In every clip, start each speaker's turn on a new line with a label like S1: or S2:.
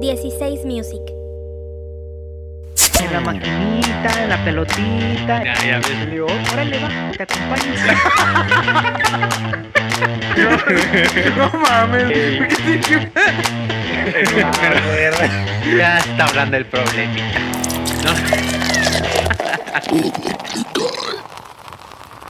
S1: 16 Music.
S2: En la maquinita, en la pelotita.
S3: Ya, ya ves.
S2: Le digo, órale, va, te acompaño. no, no mames.
S3: Ya está hablando el problemita.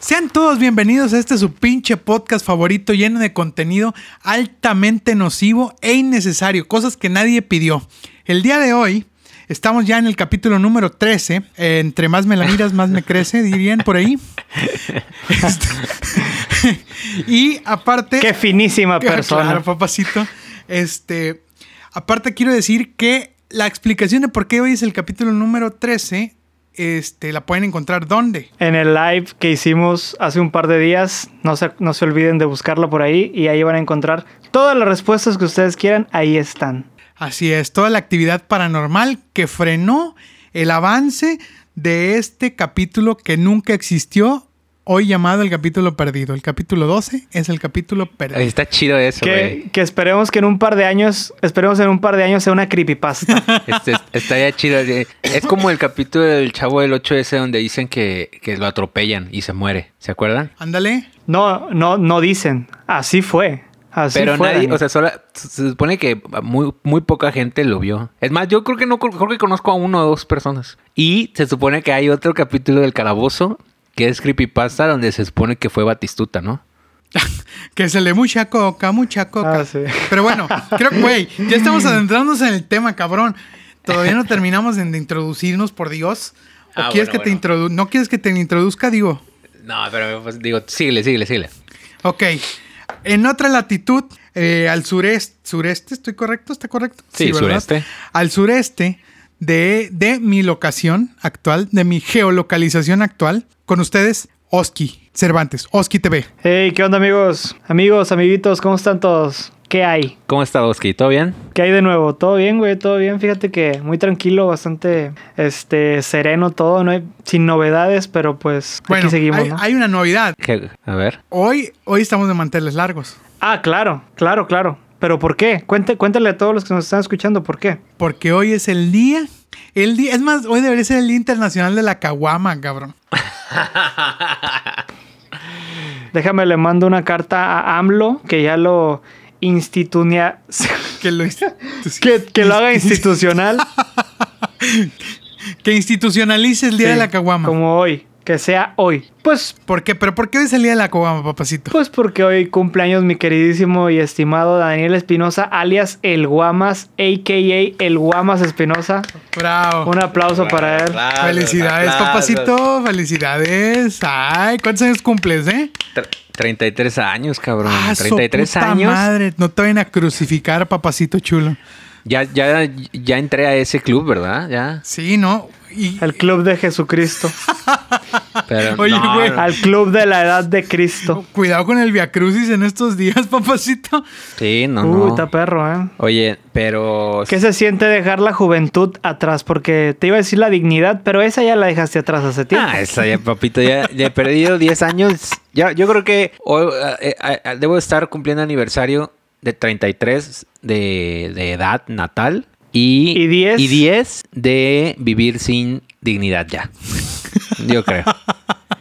S4: Sean todos bienvenidos a este su pinche podcast favorito lleno de contenido altamente nocivo e innecesario, cosas que nadie pidió. El día de hoy estamos ya en el capítulo número 13, eh, entre más me la miras más me crece, dirían por ahí. Este- y aparte...
S5: Qué finísima
S4: Claro,
S5: persona.
S4: papacito. Este, aparte quiero decir que la explicación de por qué hoy es el capítulo número 13, este, la pueden encontrar ¿dónde?
S5: En el live que hicimos hace un par de días, no se, no se olviden de buscarlo por ahí y ahí van a encontrar todas las respuestas que ustedes quieran, ahí están.
S4: Así es, toda la actividad paranormal que frenó el avance de este capítulo que nunca existió, hoy llamado el capítulo perdido. El capítulo 12 es el capítulo perdido.
S3: Está chido eso,
S5: Que,
S3: güey.
S5: que esperemos que en un par de años, esperemos en un par de años sea una creepypasta.
S3: Este, es- estaría chido. de- Es como el capítulo del Chavo del 8S donde dicen que, que lo atropellan y se muere. ¿Se acuerdan?
S4: Ándale.
S5: No, no, no dicen. Así fue. Así
S3: Pero
S5: fue.
S3: nadie,
S5: Dani.
S3: o sea, sola- se se supone que muy, muy poca gente lo vio. Es más, yo creo que no creo que conozco a uno o dos personas. Y se supone que hay otro capítulo del calabozo que es creepypasta donde se supone que fue Batistuta, ¿no?
S4: Que se le mucha coca, mucha coca.
S5: Ah, sí.
S4: Pero bueno, creo que, güey, ya estamos adentrándonos en el tema, cabrón. Todavía no terminamos en de introducirnos, por Dios. ¿O
S3: Ah,
S4: quieres
S3: bueno,
S4: que te introdu- ¿No quieres que te introduzca? Digo,
S3: No, pero pues, digo, síguele, síguele, síguele.
S4: ok. En otra latitud, eh, al sureste, sureste, ¿estoy correcto? ¿Está correcto?
S3: Sí,
S4: ¿verdad?
S3: sureste.
S4: Al sureste de, de mi locación actual, de mi geolocalización actual, con ustedes, Oski Cervantes, Oski TV.
S5: Hey, ¿qué onda amigos? Amigos, amiguitos, ¿cómo están todos? ¿Qué hay?
S3: ¿Cómo está, Oski? ¿Todo bien?
S5: ¿Qué hay de nuevo? Todo bien, güey, todo bien. Fíjate que muy tranquilo, bastante este sereno todo, no hay sin novedades, pero pues
S4: Bueno,
S5: aquí seguimos,
S4: hay-
S5: ¿no?
S4: hay una novedad.
S3: ¿Qué- A ver.
S4: Hoy, hoy estamos de manteles largos.
S5: Ah, claro, claro, claro. Pero ¿por qué? Cuente, cuéntale a todos los que nos están escuchando por qué.
S4: Porque hoy es el día. El día, es más, hoy debería ser el Día Internacional de la Caguama, cabrón.
S5: Déjame le mando una carta a AMLO que ya lo institunia
S4: Que lo, inst-
S5: que, que lo haga institucional
S4: que institucionalice el Día
S5: Sí,
S4: de la Caguama.
S5: como hoy, que sea hoy. Pues
S4: ¿Por qué? ¿Pero por qué hoy es el Día de la Caguama, papacito?
S5: Pues porque hoy cumpleaños mi queridísimo y estimado Daniel Espinosa, alias El Guamas, a.k.a. El Guamas Espinosa.
S4: Bravo.
S5: Un aplauso para él.
S4: Ah, Felicidades, papacito. Felicidades. Ay, ¿cuántos años cumples, eh?
S3: Tre- 33 años, cabrón.
S4: Ah, su
S3: 33
S4: puta
S3: años.
S4: madre. No te vayan a crucificar, papacito chulo.
S3: Ya, ya, ya entré a ese club, ¿verdad? Ya.
S4: Sí, ¿no? Y,
S5: Al Club de Jesucristo.
S3: Pero
S4: Oye,
S3: no,
S4: güey.
S3: no.
S5: Al Club de la Edad de Cristo.
S4: cuidado con el viacrucis en estos días, papacito.
S3: Sí, no,
S5: Uy,
S3: no.
S5: está perro, ¿eh?
S3: Oye, pero...
S5: ¿Qué se siente dejar la juventud atrás? Porque te iba a decir la dignidad, pero esa ya la dejaste atrás hace tiempo.
S3: Ah, esa ya, papito, ya, ya he perdido 10 años. Ya, yo creo que hoy, eh, eh, eh, debo estar cumpliendo aniversario de 33 de, de edad natal y,
S5: ¿Y 10?
S3: y 10 de vivir sin dignidad ya. Yo creo.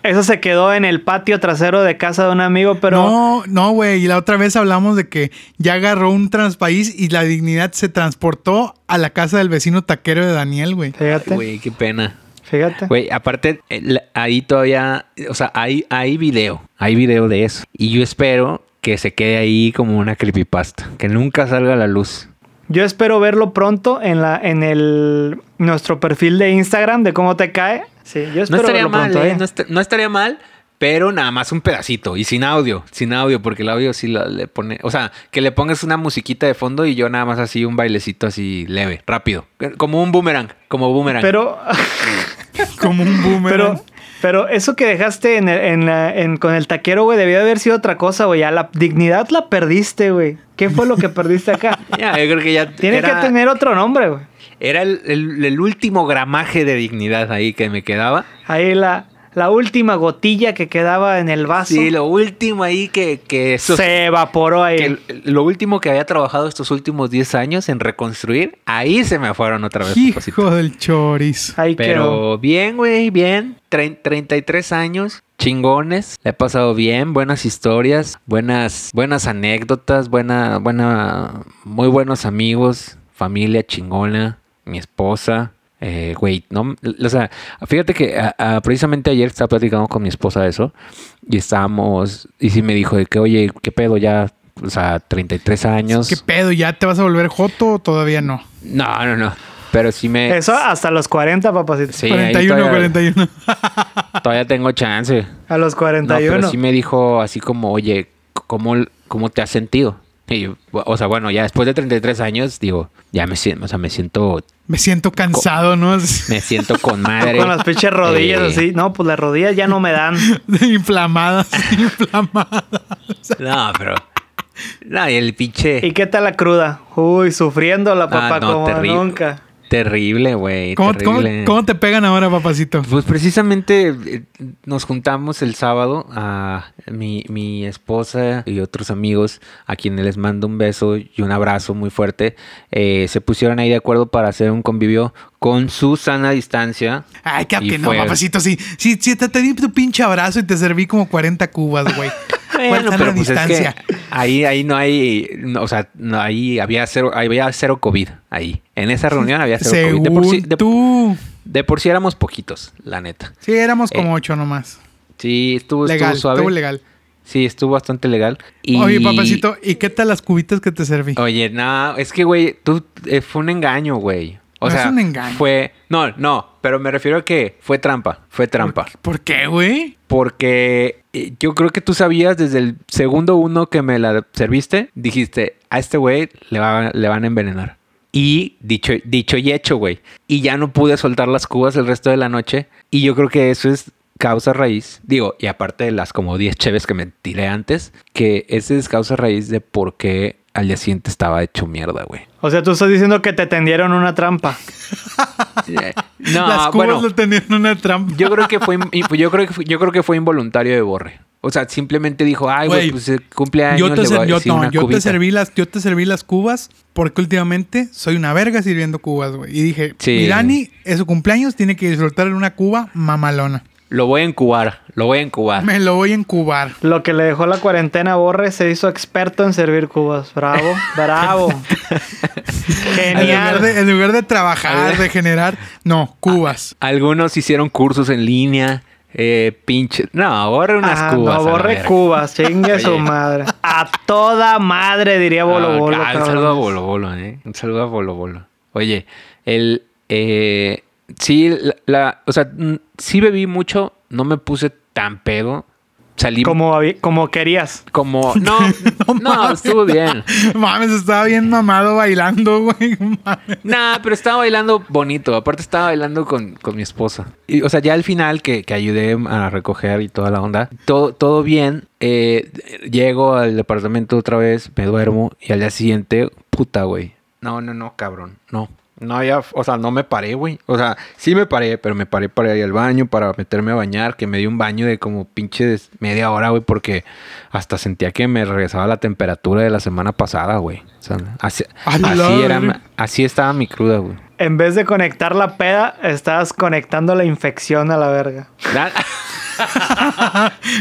S5: Eso se quedó en el patio trasero de casa de un amigo, pero...
S4: No, no, güey. Y la otra vez hablamos de que ya agarró un transpaís y la dignidad se transportó a la casa del vecino taquero de Daniel, güey.
S5: Fíjate,
S3: Güey, qué pena.
S5: fíjate.
S3: Güey, aparte, eh, la- ahí todavía, o sea, hay, hay video, hay video de eso. Y yo espero que se quede ahí como una creepypasta, que nunca salga a la luz.
S5: Yo espero verlo pronto en la en el nuestro perfil de Instagram de cómo te cae. Sí, yo
S3: No
S5: espero
S3: estaría
S5: verlo
S3: mal,
S5: pronto.
S3: ¿eh?
S5: ¿eh?
S3: no, est- no estaría mal, pero nada más un pedacito y sin audio, sin audio, porque el audio sí la- le pone, o sea, que le pongas una musiquita de fondo y yo nada más así un bailecito así leve, rápido, como un boomerang, como boomerang.
S5: Pero
S4: Como un boomer.
S5: pero pero eso que dejaste en el- en la- en- con el taquero, güey, debió haber sido otra cosa, güey. Ya la dignidad la perdiste, güey. ¿Qué fue lo que perdiste acá?
S3: Ya, yo creo que ya
S5: Tiene
S3: era,
S5: que tener otro nombre, güey.
S3: era el, el- el último gramaje de dignidad ahí que me quedaba.
S5: Ahí la la última gotilla que quedaba en el vaso
S3: Sí, lo último ahí que, que sos-
S5: se evaporó ahí.
S3: que el- lo último que había trabajado estos últimos 10 años en reconstruir, ahí se me fueron otra vez.
S4: Hijo
S3: papacito.
S4: del chorizo.
S5: Ahí quedó.
S3: Pero bien, güey, bien. Tre- 33 años, chingones. Le he pasado bien, buenas historias, buenas, buenas anécdotas, buena, buena, muy buenos amigos, familia chingona, mi esposa. Eh, Güey, no, o sea, fíjate que a- a- precisamente ayer estaba platicando con mi esposa de eso y estábamos, y sí me dijo de que, oye, ¿qué pedo ya? O sea, 33 años.
S4: ¿Qué pedo? ¿Ya te vas a volver joto o todavía no?
S3: No, no, no. Pero sí me...
S5: Eso hasta los 40, papacito.
S3: Sí, ahí
S4: 41,
S3: todavía-
S4: 41.
S3: Todavía tengo chance.
S5: A los
S3: No,
S5: 41.
S3: pero sí me dijo así como, oye, ¿cómo, cómo te has sentido? Y yo, o sea, bueno, ya después de 33 años, digo, ya me siento, o sea, me siento,
S4: Me siento cansado, ¿no?
S3: me siento con madre.
S5: Con las pinches rodillas
S3: Eh,
S5: así. No, pues las rodillas ya no me dan.
S4: inflamadas, inflamadas.
S3: No, pero... No, y el pinche...
S5: ¿Y qué tal la cruda? Uy, sufriendo la
S3: Ah,
S5: papá
S3: no,
S5: como
S3: terrible.
S5: nunca.
S3: Terrible, güey.
S4: ¿Cómo, cómo-
S3: terrible.
S4: cómo te pegan ahora, papacito?
S3: Pues precisamente eh, nos juntamos el sábado a mi, mi esposa y otros amigos a quienes les mando un beso y un abrazo muy fuerte. Eh, se pusieron ahí de acuerdo para hacer un convivio con su sana distancia.
S4: Ay, que,
S3: Y
S4: que no,
S3: fue-
S4: papacito, sí. Sí, sí, te, te di tu pinche abrazo y te serví como 40 cubas, güey.
S3: Bueno,
S4: sana
S3: pero pues es que
S4: distancia?
S3: ahí, ahí no hay, no, o sea, no, ahí había cero, había cero COVID ahí. En esa reunión había cero
S4: Según
S3: COVID. De por, sí, de-
S4: tú.
S3: de por sí éramos poquitos, la neta.
S4: Sí, éramos como
S3: Eh,
S4: ocho nomás.
S3: Sí, estuvo, estuvo
S4: legal,
S3: suave.
S4: estuvo legal.
S3: Sí, estuvo bastante legal. Y...
S4: Oye, papacito, ¿y qué tal las cubitas que te serví?
S3: Oye, no, es que, güey, tú, eh, fue un engaño, güey. O
S4: No es
S3: sea,
S4: un engaño.
S3: Fue, no, no, pero me refiero a que fue trampa, fue trampa.
S4: ¿Por qué, güey?
S3: Porque eh, yo creo que tú sabías desde el segundo uno que me la serviste, dijiste, a este güey le, va- le van a envenenar. Y dicho, dicho y hecho, güey. Y ya no pude soltar las cubas el resto de la noche. Y yo creo que eso es causa raíz. Digo, y aparte de las como 10 cheves que me tiré antes, que ese es causa raíz de por qué al día siguiente estaba hecho mierda, güey.
S5: O sea, tú estás diciendo que te tendieron una trampa.
S3: Eh, No,
S4: las cubas
S3: bueno,
S4: lo tenían una trampa.
S3: Yo creo que fue in- in- yo creo que fue- yo creo que fue involuntario de Borre. O sea, simplemente dijo, "Ay, güey,
S4: Güey,
S3: pues eh, cumpleaños,
S4: Yo te,
S3: le voy
S4: ser-
S3: a
S4: yo-
S3: decir
S4: no,
S3: una
S4: yo te
S3: cubita".
S4: serví las, yo te serví las cubas porque últimamente soy una verga sirviendo cubas, güey. Y dije,
S3: Sí.
S4: mi Dani, es su cumpleaños, tiene que disfrutar de una cuba mamalona.
S3: Lo voy a encubar, lo voy a encubar."
S4: Me lo voy a encubar.
S5: Lo que le dejó la cuarentena a Borre se hizo experto en servir cubas. Bravo, bravo.
S4: En lugar
S5: Genial.
S4: de, en lugar de trabajar, de generar,
S3: Ah.
S4: no, cubas.
S3: Algunos hicieron cursos en línea, eh, pinche. No, Borre unas
S5: Ah,
S3: cubas.
S5: no,
S3: a la
S5: Borre
S3: verga.
S5: cubas, chingue
S3: Oye.
S5: su madre. A toda madre, diría Bolo
S3: Ah,
S5: Bolo.
S3: ah, un
S5: cabrón.
S3: saludo a Bolo Bolo, eh. Un saludo a Bolo Bolo. Oye, el eh, sí la, la- o sea, mm, sí bebí mucho, no me puse tan pedo. Salí
S5: Como, habí- como querías.
S3: como no, no,
S4: mames.
S3: estuvo bien.
S4: Mames, estaba bien mamado bailando, güey. mames.
S3: Nah, pero estaba bailando bonito. Aparte estaba bailando con, con mi esposa. Y, o sea, ya al final que, que ayudé a recoger y toda la onda, todo, todo bien. Eh, llego al departamento otra vez, me duermo y al día siguiente, puta, güey. No, no, no, cabrón. No. No había, o sea, no me paré, güey. O sea, sí me paré, pero me paré para ir al baño, para meterme a bañar, que me di un baño de como pinche des- media hora, güey, porque hasta sentía que me regresaba la temperatura de la semana pasada, güey. O sea, así,
S4: A la
S3: así era,
S4: verga.
S3: Así estaba mi cruda, güey.
S5: En vez de conectar la peda, estás conectando la infección a la verga.
S3: Na-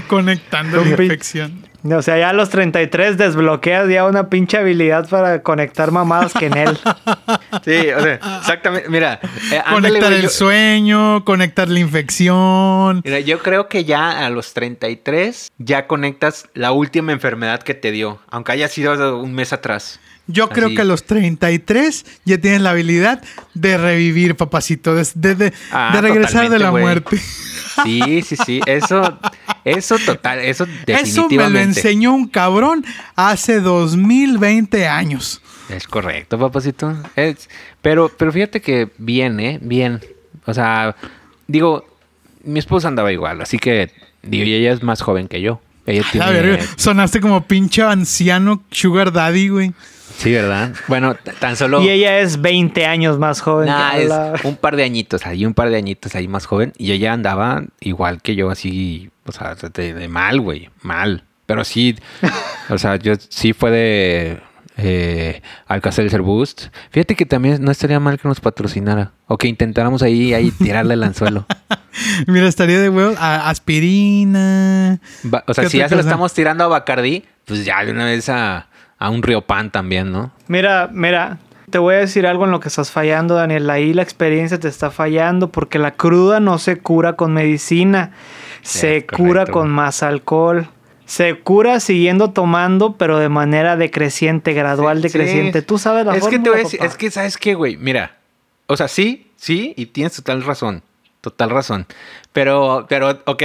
S4: Conectando
S5: Un
S4: la
S5: pin-
S4: infección.
S5: O sea, ya a los 33 desbloqueas ya una pinche habilidad para conectar mamadas que en él.
S3: Sí, o sea, exactamente. Mira, eh, ándale,
S4: Conectar
S3: güey,
S4: el
S3: yo,
S4: sueño, conectar la infección.
S3: mira, yo creo que ya a los 33 ya conectas la última enfermedad que te dio, aunque haya sido un mes atrás.
S4: Yo creo
S3: Así.
S4: que a los 33 ya tienes la habilidad de revivir, papacito, de, de- de-
S3: Ah,
S4: de regresar de
S3: totalmente,
S4: la
S3: güey.
S4: muerte.
S3: Sí, sí, sí. Eso, eso total, eso definitivamente.
S4: Eso me lo enseñó un cabrón hace 2020 años.
S3: Es correcto, papacito. Es, pero, pero fíjate que bien, ¿eh? Bien. O sea, digo, mi esposa andaba igual, así que, digo, y ella es más joven que yo. Ella
S4: La
S3: tiene-
S4: verga, Sonaste como pinche anciano Sugar Daddy, güey.
S3: Sí, ¿verdad? Bueno, t- tan solo...
S5: Y ella es 20 años más joven
S3: Nah,
S5: que
S3: es
S5: la-
S3: un par de añitos ahí, un par de añitos ahí más joven. Y ella andaba igual que yo, así, o sea, de, de mal, güey, mal. Pero sí, o sea, yo sí fue de eh, Alcacer Boost. Fíjate que también no estaría mal que nos patrocinara o que intentáramos ahí, ahí tirarle el anzuelo.
S4: Mira, estaría de huevo. a- aspirina.
S3: Va- o sea,
S4: ¿Qué
S3: si
S4: otra
S3: ya se lo
S4: cosa?
S3: estamos tirando a Bacardí, pues ya de una vez a, a un Río Pan también, ¿no?
S5: Mira, mira, te voy a decir algo en lo que estás fallando, Daniel. Ahí la experiencia te está fallando porque la cruda no se cura con medicina, se
S3: es correcto,
S5: cura con
S3: güey.
S5: más alcohol. Se cura siguiendo tomando, pero de manera decreciente, gradual,
S3: Sí,
S5: decreciente.
S3: sí.
S5: Tú sabes la
S3: Es que te
S5: fórmula,
S3: voy a decir,
S5: papá.
S3: es que sabes qué, güey, mira. O sea, sí, sí, y tienes total razón. Total razón. Pero, pero, ok.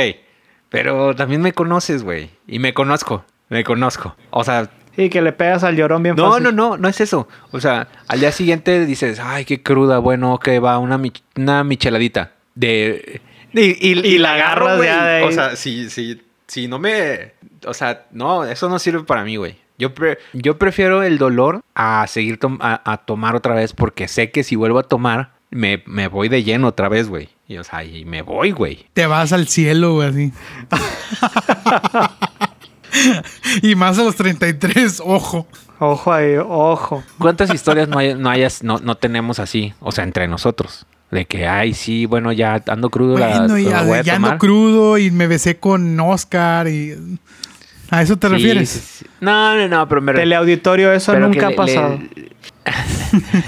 S3: Pero también me conoces, güey. Y me conozco. Me conozco. O sea,
S5: Y que le pegas al llorón bien
S3: no,
S5: fácil.
S3: no, no, no es eso. O sea, al día siguiente dices, ay, qué cruda, bueno, que va una, mich- una micheladita. De. Y, y- y la agarro,
S5: agarras
S3: güey.
S5: ya de ahí.
S3: O sea, si, si, si no me. O sea, no, eso no sirve para mí, güey. Yo, pre- yo prefiero el dolor a seguir tom- a, a tomar otra vez porque sé que si vuelvo a tomar, me, me voy de lleno otra vez, güey. Y, o sea, y me voy, güey.
S4: Te vas al cielo, güey, así. y más a los 33, ojo.
S5: Ojo ahí, ojo.
S3: ¿Cuántas historias no, hay- no, hayas, no, no tenemos así? O sea, entre nosotros. De que, ay, sí, bueno, ya ando crudo, la-
S4: Bueno, y
S3: la, voy a
S4: ya ando
S3: tomar.
S4: crudo y me besé con Oscar y... ¿A eso te
S3: Sí,
S4: refieres?
S3: sí, sí. No, no, no, pero me
S5: Teleauditorio, eso
S3: pero que
S5: nunca ha
S3: le-
S5: pasado.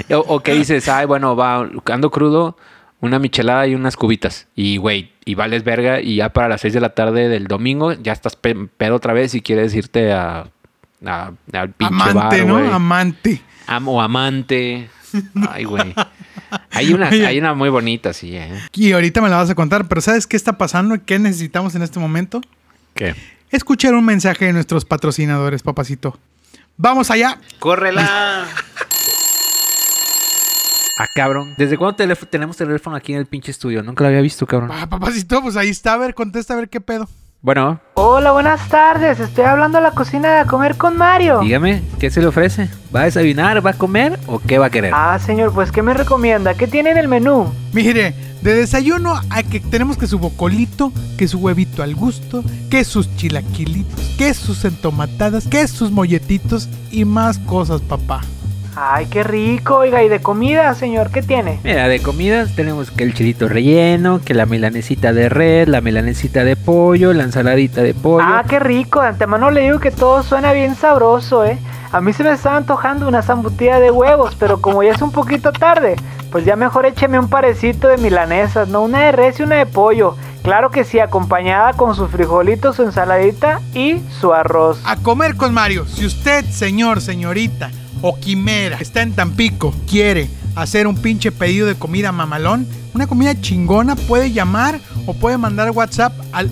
S3: le- o, o que dices, ay, bueno, va, ando crudo, una michelada y unas cubitas. Y, güey, y vales verga y ya para las 6 de la tarde del domingo ya estás pe- pedo otra vez y quieres irte a... a- al pinche
S4: Amante,
S3: bar,
S4: ¿no?
S3: güey.
S4: Amante.
S3: Am- o amante. Ay, güey. Hay una,
S4: Oye.
S3: hay una muy bonita, sí, ¿eh?
S4: Y ahorita me la vas a contar, pero ¿sabes qué está pasando y qué necesitamos en este momento?
S3: ¿Qué?
S4: Escuchar un mensaje de nuestros patrocinadores, papacito. ¡Vamos allá!
S3: ¡Córrela! Ah, cabrón. ¿Desde cuándo telef- tenemos teléfono aquí en el pinche estudio? Nunca lo había visto, cabrón.
S4: Pa- papacito, pues ahí está, a ver, contesta a ver qué pedo.
S3: Bueno,
S5: Hola, buenas tardes. Estoy hablando a la cocina de a comer con Mario.
S3: dígame, ¿qué se le ofrece? ¿Va a desayunar? ¿Va a comer? ¿O qué va a querer?
S5: Ah, señor, pues ¿qué me recomienda? ¿Qué tiene en el menú?
S4: Mire, de desayuno a que tenemos que su bocolito, que su huevito al gusto, que sus chilaquilitos, que sus entomatadas, que sus molletitos y más cosas, papá.
S5: Ay, qué rico, oiga, y de comida, señor, ¿qué tiene?
S3: Mira, de comidas tenemos que el chilito relleno, que la milanesita de red, la milanesita de pollo, la ensaladita de pollo.
S5: Ah, qué rico, de antemano le digo que todo suena bien sabroso, ¿eh? A mí se me estaba antojando una zambutida de huevos, pero como ya es un poquito tarde, pues ya mejor écheme un parecito de milanesas, ¿no? Una de res y una de pollo. Claro que sí, acompañada con sus frijolitos, su ensaladita y su arroz.
S4: A comer con Mario. Si usted, señor, señorita o quimera, está en Tampico, quiere hacer un pinche pedido de comida mamalón, una comida chingona, puede llamar o puede mandar WhatsApp al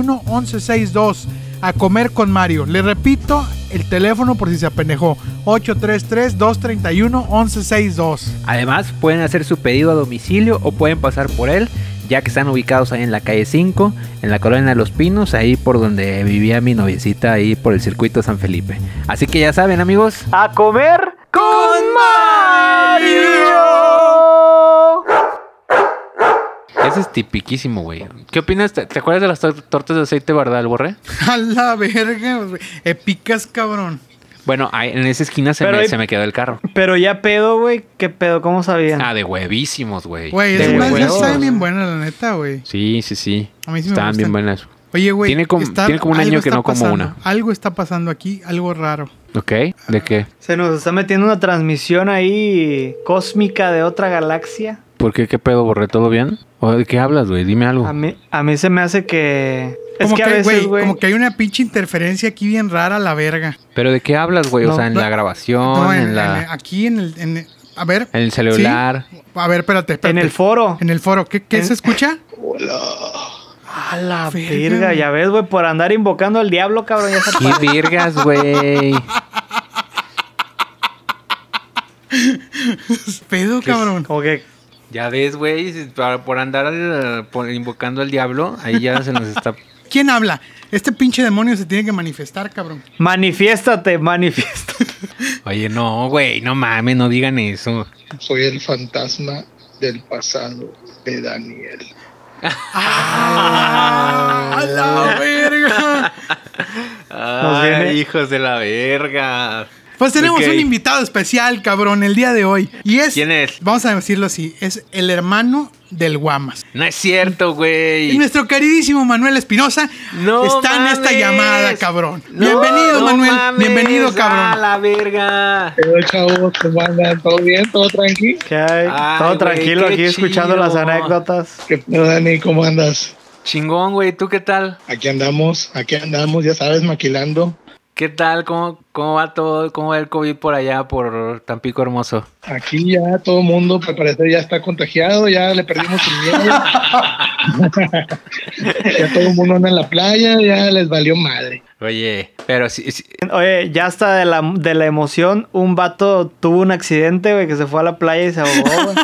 S4: 833-231-1162. A comer con Mario. Le repito el teléfono por si se apendejó. 833-231-1162.
S3: Además, pueden hacer su pedido a domicilio o pueden pasar por él, ya que están ubicados ahí en la calle 5, en la colonia de Los Pinos, ahí por donde vivía mi noviecita, ahí por el circuito San Felipe. Así que ya saben, amigos.
S5: A comer con Mario.
S3: Eso es tipiquísimo, güey. ¿Qué opinas? ¿Te, te acuerdas de las tor- tortas de aceite bardal, Borre?
S4: A la verga, güey. épicas, cabrón.
S3: Bueno, ahí en esa esquina se,
S5: Pero
S3: me,
S5: hay-
S3: se me quedó el carro.
S5: Pero ya pedo, güey, qué pedo, ¿cómo sabían?
S3: Ah, de huevísimos, güey.
S4: Güey,
S5: De
S4: esas
S3: es
S4: madres
S5: huevos.
S4: saben bien buenas, la neta, güey.
S3: Sí, sí, sí.
S4: A mí sí me
S3: Estaban bien
S4: gustan.
S3: buenas.
S4: Oye, güey.
S3: Tiene como-
S4: está-
S3: tiene como un año
S4: algo
S3: que
S4: está
S3: no como
S4: pasando.
S3: una.
S4: Algo está pasando aquí, algo raro.
S3: ¿Ok? ¿De qué?
S5: Se nos está metiendo una transmisión ahí cósmica de otra galaxia.
S3: ¿Por qué? ¿Qué pedo, Borre? ¿Todo bien? ¿O ¿De qué hablas, güey? Dime algo.
S5: A mí, a mí se me hace que... Es
S4: Como
S5: que a veces, güey...
S4: Como que hay una pinche interferencia aquí bien rara, la verga.
S3: ¿Pero de qué hablas, güey?
S5: No,
S3: o sea, en
S4: no-
S3: la grabación,
S4: No,
S3: en,
S4: en- en-
S3: la...
S4: aquí en el. en- a ver.
S3: En el celular.
S4: ¿sí? A ver, espérate, espérate.
S5: En el foro.
S4: En el foro. ¿Qué, qué
S5: En-
S4: se escucha?
S5: A la
S4: Verga,
S5: verga,
S4: güey.
S5: ya ves, güey, por andar invocando al diablo, cabrón. Ya se
S3: ¡Qué virgas, güey!
S4: Pedo, cabrón.
S5: Como que...
S3: Ya ves, güey, si- para- por andar eh, por- invocando al diablo, ahí ya se nos está
S4: ¿Quién habla? Este pinche demonio se tiene que manifestar, cabrón.
S5: Manifiéstate, manifiesta.
S3: Oye, no, güey, no mames, no digan eso.
S1: Soy el fantasma del pasado de Daniel.
S4: ¡A la verga!
S3: Ay,
S5: viene-
S3: hijos de la verga.
S4: Pues tenemos
S3: Ok.
S4: un invitado especial, cabrón, el día de hoy. Y es,
S3: ¿Quién es?
S4: Vamos a decirlo así, es el hermano del Guamas.
S3: No es cierto,
S4: Y
S3: güey.
S4: nuestro queridísimo Manuel Espinosa
S3: No
S4: está
S3: mames.
S4: en esta llamada, cabrón.
S3: No,
S4: bienvenido,
S3: no
S4: Manuel.
S3: mames, Ah.
S4: bienvenido,
S3: A
S4: cabrón.
S3: la verga.
S1: Pero chavos, ¿cómo andan? ¿Todo bien? ¿Todo tranqui?
S3: Ay,
S5: Todo
S3: güey,
S5: tranquilo
S3: qué
S5: aquí escuchando
S3: chido.
S5: las anécdotas.
S1: ¿Qué pedo, Dani? ¿Cómo andas?
S3: Chingón, güey. ¿Tú qué tal?
S1: Aquí andamos, aquí andamos, ya sabes, maquilando.
S3: ¿Qué tal? ¿Cómo, cómo va todo? ¿Cómo va el COVID por allá, por Tampico Hermoso?
S1: Aquí ya todo el mundo, al parecer, ya está contagiado, ya le perdimos el miedo. ya todo el mundo anda en la playa, ya les valió madre.
S3: Oye, pero sí, sí-
S5: Oye, ya hasta de la, de la emoción, un vato tuvo un accidente, güey, que se fue a la playa y se ahogó, güey.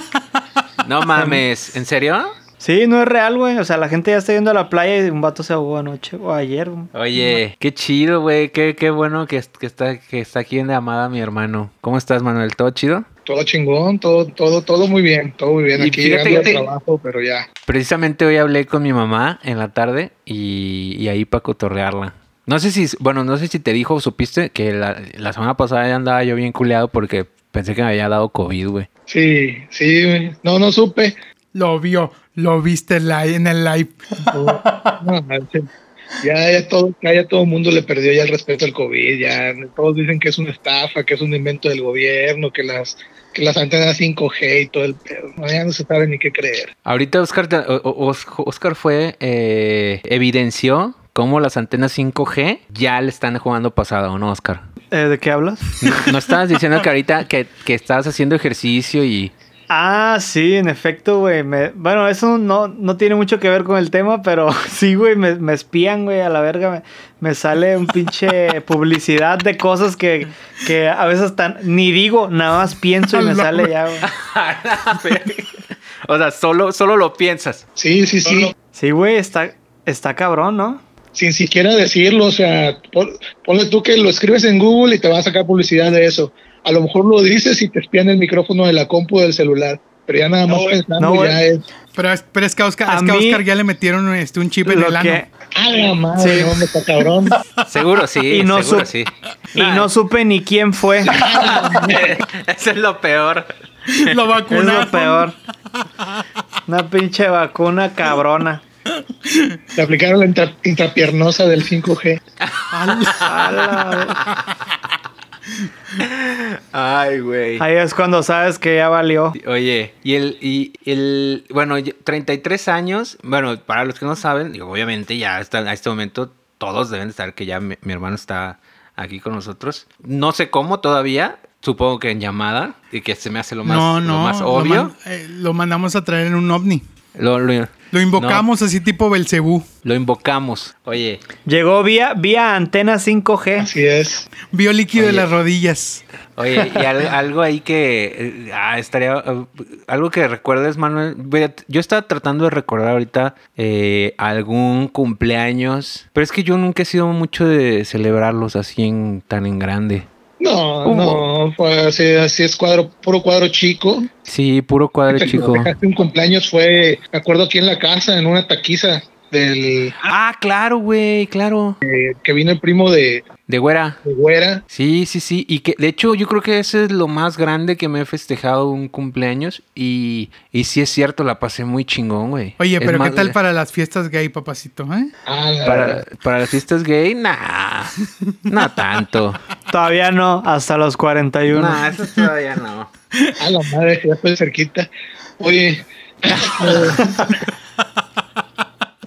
S3: no mames. ¿En serio?
S5: Sí, no es real, güey. O sea, la gente ya está yendo a la playa y un vato se ahogó anoche o ayer, güey.
S3: Oye, qué chido, güey. Qué, qué bueno que, que está, que está aquí en llamada mi hermano. ¿Cómo estás, Manuel? ¿Todo chido?
S1: Todo chingón, todo, todo, todo muy bien, todo muy bien.
S3: Y
S1: Aquí
S3: fíjate
S1: llegando
S3: que
S1: al
S3: te-
S1: trabajo, pero ya.
S3: Precisamente hoy hablé con mi mamá en la tarde y, y ahí para cotorrearla. No sé si, bueno, no sé si te dijo o supiste que la, la semana pasada ya andaba yo bien culeado porque pensé que me había dado COVID, güey.
S1: Sí, sí, güey. no, no supe.
S4: Lo vio, lo viste li- en el live.
S1: No, manches. ya, ya todo, ya, ya todo el mundo le perdió ya el respeto al COVID, ya todos dicen que es una estafa, que es un invento del gobierno, que las, que las antenas 5G y todo el pedo. No, ya no se sabe ni qué creer.
S3: Ahorita Oscar, te- o- o- Os- Oscar fue, eh, evidenció cómo las antenas 5G ya le están jugando pasada, ¿o no, Oscar?
S5: Eh, ¿De qué hablas?
S3: No, no estabas diciendo que ahorita que, que estabas haciendo ejercicio y...
S5: Ah, sí, en efecto, güey. me- Bueno, eso no, no tiene mucho que ver con el tema, pero sí, güey, me, me espían, güey, a la verga. Me, me sale un pinche publicidad de cosas que, que a veces tan, ni digo, nada más pienso y me
S4: A la
S5: sale
S4: ver-
S5: ya, güey.
S3: o sea, solo, solo lo piensas.
S1: Sí, sí, sí.
S5: Sí, güey, está, está cabrón, ¿no?
S1: Sin siquiera decirlo, o sea, pon- ponle tú que lo escribes en Google y te va a sacar publicidad de eso. A lo mejor lo dices y te espían el micrófono de la compu del celular, pero ya nada más pensando
S5: no, eh.
S1: ya es.
S4: Pero es, pero es que a Oscar,
S5: A
S4: es que a
S5: mí-
S4: Oscar ya le metieron este, un chip en el
S5: Lo
S4: ano.
S5: que,
S1: ¡Ah, la madre!
S5: Sí.
S1: No, me está cabrón.
S3: Seguro sí,
S5: Y no
S3: seguro
S5: sup-
S3: sí.
S5: y no supe ni quién fue.
S3: Eso es lo peor.
S4: Lo
S5: Es
S4: vacunaron.
S5: lo peor. Una pinche vacuna cabrona.
S1: Te aplicaron la intra- intrapiernosa del 5G.
S5: A la-
S3: Ay, güey.
S5: Ahí es cuando sabes que ya valió.
S3: Oye, y el, y el, bueno, ya- 33 años, bueno, para los que no saben, digo, obviamente ya hasta a este momento todos deben de saber que ya mi, mi hermano está aquí con nosotros. No sé cómo todavía, supongo que en llamada, y que se me hace lo más,
S4: no,
S3: lo
S4: no.
S3: más
S4: lo
S3: obvio.
S4: man- eh, lo mandamos a traer en un ovni.
S3: Lo, lo-
S4: Lo invocamos así tipo Belcebú.
S3: lo invocamos. Oye,
S5: Llegó vía, vía antena 5G.
S1: Así es.
S4: Vio líquido
S3: Oye.
S4: de las rodillas.
S3: Oye, y al- algo ahí que eh, ah, estaría. eh, algo que recuerdes, Manuel. Mira, t- Yo estaba tratando de recordar ahorita eh, algún cumpleaños, pero es que yo nunca he sido mucho de celebrarlos así en, tan en grande.
S1: No,
S3: Hubo.
S1: no, fue así, así es cuadro, puro cuadro chico.
S3: Sí, puro cuadro, chico.
S1: Hace un cumpleaños fue, me acuerdo aquí en la casa, en una taquiza del
S3: Ah, claro, güey, claro.
S1: que vino el primo de,
S3: De güera.
S1: de Güera.
S3: Sí, sí, sí. Y que, de hecho, yo creo que ese es lo más grande que me he festejado un cumpleaños. Y, y sí es cierto, la pasé muy chingón, güey.
S4: Oye,
S3: Es
S4: pero ¿qué
S3: más-
S4: tal para las fiestas gay, papacito? ¿eh?
S1: Ah, la-
S3: Para, para las fiestas gay, nah. No tanto.
S5: Todavía no, hasta los 41.
S3: Nah, eso todavía no.
S1: a la madre, que ya estoy cerquita. Oye, eh,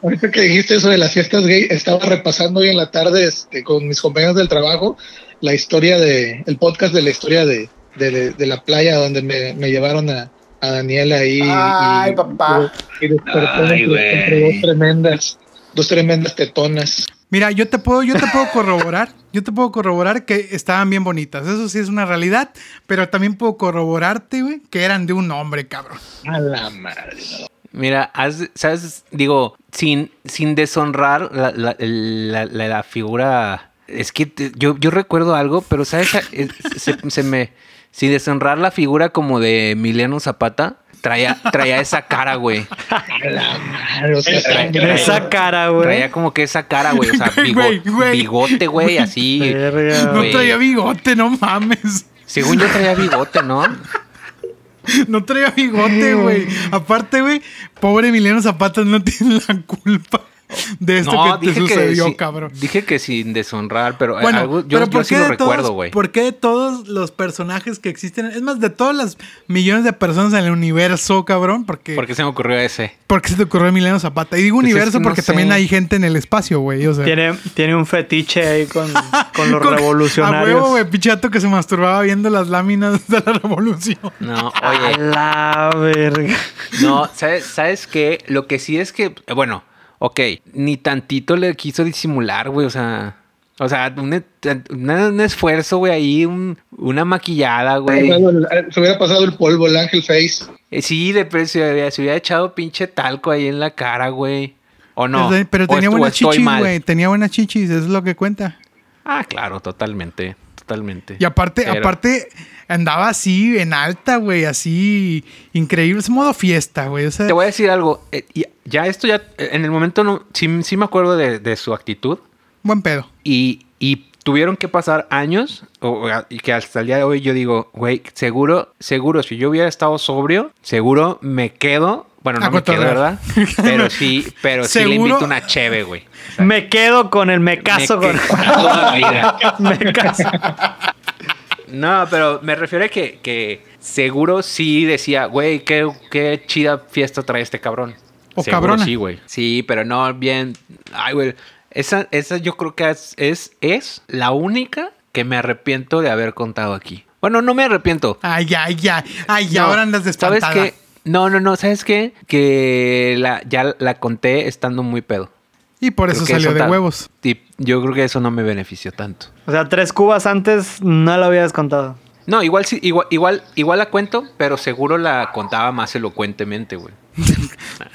S1: ahorita que dijiste eso de las fiestas gay, estaba repasando hoy en la tarde este, con mis compañeros del trabajo la historia de, el podcast de la historia de, de- de la playa donde me, me llevaron a, a Daniela ahí. Ay, papá. Y despertó entre- entre dos tremendas, dos tremendas tetonas.
S4: Mira, yo te puedo, yo te puedo corroborar, yo te puedo corroborar que estaban bien bonitas. Eso sí es una realidad, pero también puedo corroborarte, güey, que eran de un hombre, cabrón.
S1: A la madre.
S3: Mira, haz- ¿sabes? Digo, sin, sin deshonrar la, la- la- la- la figura... Es que te- yo, yo recuerdo algo, pero ¿sabes? Eh, Se, se me... Sin deshonrar la figura como de Emiliano Zapata, traía, traía esa cara, güey.
S1: A la madre, o sea,
S3: Trae- trae-
S1: esa
S6: Esa cara, güey.
S3: Traía como que esa cara, güey. O sea,
S4: Güey,
S3: bigo-
S4: güey, güey.
S3: bigote, güey, así.
S6: Verga,
S4: No
S3: güey.
S4: traía bigote, no mames.
S3: Según yo traía bigote, ¿no?
S4: No traía bigote, güey. Aparte, güey, pobre Emiliano Zapata no tiene la culpa de esto
S3: no,
S4: que te sucedió, cabrón.
S3: Dije que sin deshonrar, pero eh,
S4: Bueno,
S3: algo- yo,
S4: pero
S3: yo
S4: ¿por
S3: sí
S4: qué
S3: lo
S4: de
S3: recuerdo,
S4: todos-
S3: güey.
S4: ¿Por qué de todos los personajes que existen? Es más, de todas las millones de personas en el universo, cabrón, porque...
S3: ¿Por qué se me ocurrió ese?
S4: ¿Por qué se te ocurrió Emiliano Zapata? Y digo
S3: Pues es
S4: universo
S3: que no
S4: porque
S3: sé.
S4: también hay gente en el espacio, güey. O sea,
S6: Tiene, tiene un fetiche ahí con, con los
S4: Con-
S6: revolucionarios.
S4: A huevo, güey, pichato que se masturbaba viendo las láminas de la revolución.
S3: No,
S6: A
S3: oye.
S6: la verga.
S3: No, ¿sabes, ¿sabes qué? Lo que sí es que, eh, bueno, ok, ni tantito le quiso disimular, güey, o sea... O sea, un, e- un- un esfuerzo, güey, ahí, un- una maquillada, güey.
S1: Se hubiera pasado el polvo, el ángel face.
S3: Eh, Sí, de pero se había, se hubiera echado pinche talco ahí en la cara, güey. ¿O no?
S4: Pero- Pero
S3: ¿O
S4: tenía
S3: est- o
S4: buenas
S3: estoy
S4: chichis,
S3: mal?
S4: güey. Tenía buenas chichis, eso es lo que cuenta.
S3: Ah, claro, totalmente. Totalmente.
S4: Y aparte,
S3: Pero-
S4: aparte, andaba así en alta, güey, así increíble. Es modo fiesta, güey. O sea,
S3: Te voy a decir algo. eh, y- ya esto ya... eh, En el momento no... Sí, sí me acuerdo de, de su actitud.
S4: buen pedo.
S3: Y, y tuvieron que pasar años. o- o a- y que hasta el día de hoy yo digo... Güey, seguro... Seguro, si yo hubiera estado sobrio... Seguro me quedo... Bueno,
S4: A
S3: no me quedo,
S4: cotorrear.
S3: ¿verdad? Pero sí... Pero sí le
S4: Seguro-
S3: invito una cheve, güey.
S6: Me quedo con el me caso
S3: Me
S6: con.
S3: quedo toda la vida.
S6: me caso.
S3: No, pero me refiero a que, que seguro sí decía, güey, qué, qué chida fiesta trae este cabrón.
S4: O
S3: Seguro
S4: cabrona.
S3: Sí, güey. Sí, pero no, bien. Ay, güey. Esa, esa yo creo que es, es, es la única que me arrepiento de haber contado aquí. Bueno, no me arrepiento.
S4: Ay, ay, ay. Ay,
S3: No,
S4: Ah, ahora andas despantada.
S3: ¿Sabes qué? No, no, no. ¿Sabes qué? Que la, ya la conté estando muy pedo.
S4: Y por eso
S3: Creo que
S4: salió de
S3: ta-
S4: huevos.
S3: Y yo creo que eso no me benefició tanto.
S6: O sea, tres cubas antes no lo habías contado.
S3: No, igual sí, igual, igual, igual la cuento, pero seguro la contaba más elocuentemente, güey.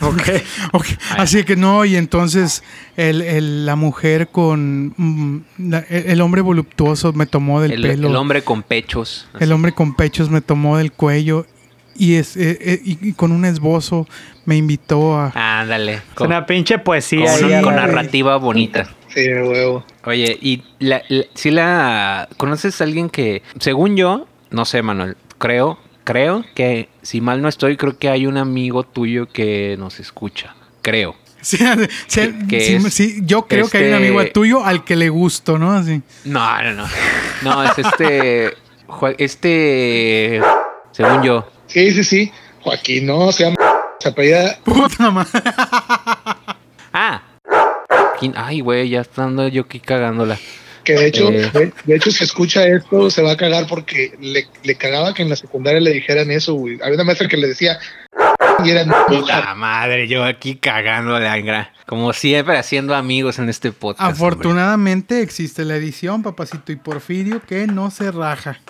S6: Ok.
S4: Ok, Así que no, y entonces el, el- la mujer con... mm, la- el, el hombre voluptuoso me tomó del
S3: El,
S4: pelo.
S3: el hombre con pechos.
S4: El hombre con pechos me tomó del cuello y, es, eh, eh, y- y con un esbozo me invitó a...
S3: Ándale.
S6: Es una pinche
S3: con,
S6: poesía.
S3: con-
S6: ahí,
S1: sí,
S3: con
S6: güey.
S3: narrativa bonita.
S1: Sí, a huevo.
S3: Oye, y la, la- si la conoces a alguien que, según yo, no sé, Manuel, creo, creo que si mal no estoy, creo que hay un amigo tuyo que nos escucha. Creo.
S4: Sí, sí,
S3: que
S4: sí,
S3: es
S4: sí, yo creo que hay un
S3: este-
S4: amigo tuyo al que le gusto, ¿no? Así.
S3: No, no, no. No, es este. Ju- Este. Según yo.
S1: Sí, sí, sí. Joaquín, no, se llama. Se apellida.
S4: Puta madre.
S3: Ah. ¿Quién? Ay, güey, ya está ando yo aquí cagándola.
S1: Que de hecho,
S3: Eh.
S1: de, de hecho, si escucha esto, se va a cagar porque le, le cagaba que en la secundaria le dijeran eso, güey. Había una maestra que le decía. Y eran.
S3: Puta madre, yo aquí cagándola, Angra. Como siempre, haciendo amigos en este podcast. hombre.
S4: Afortunadamente existe la edición, papacito, y Porfirio que no se raja.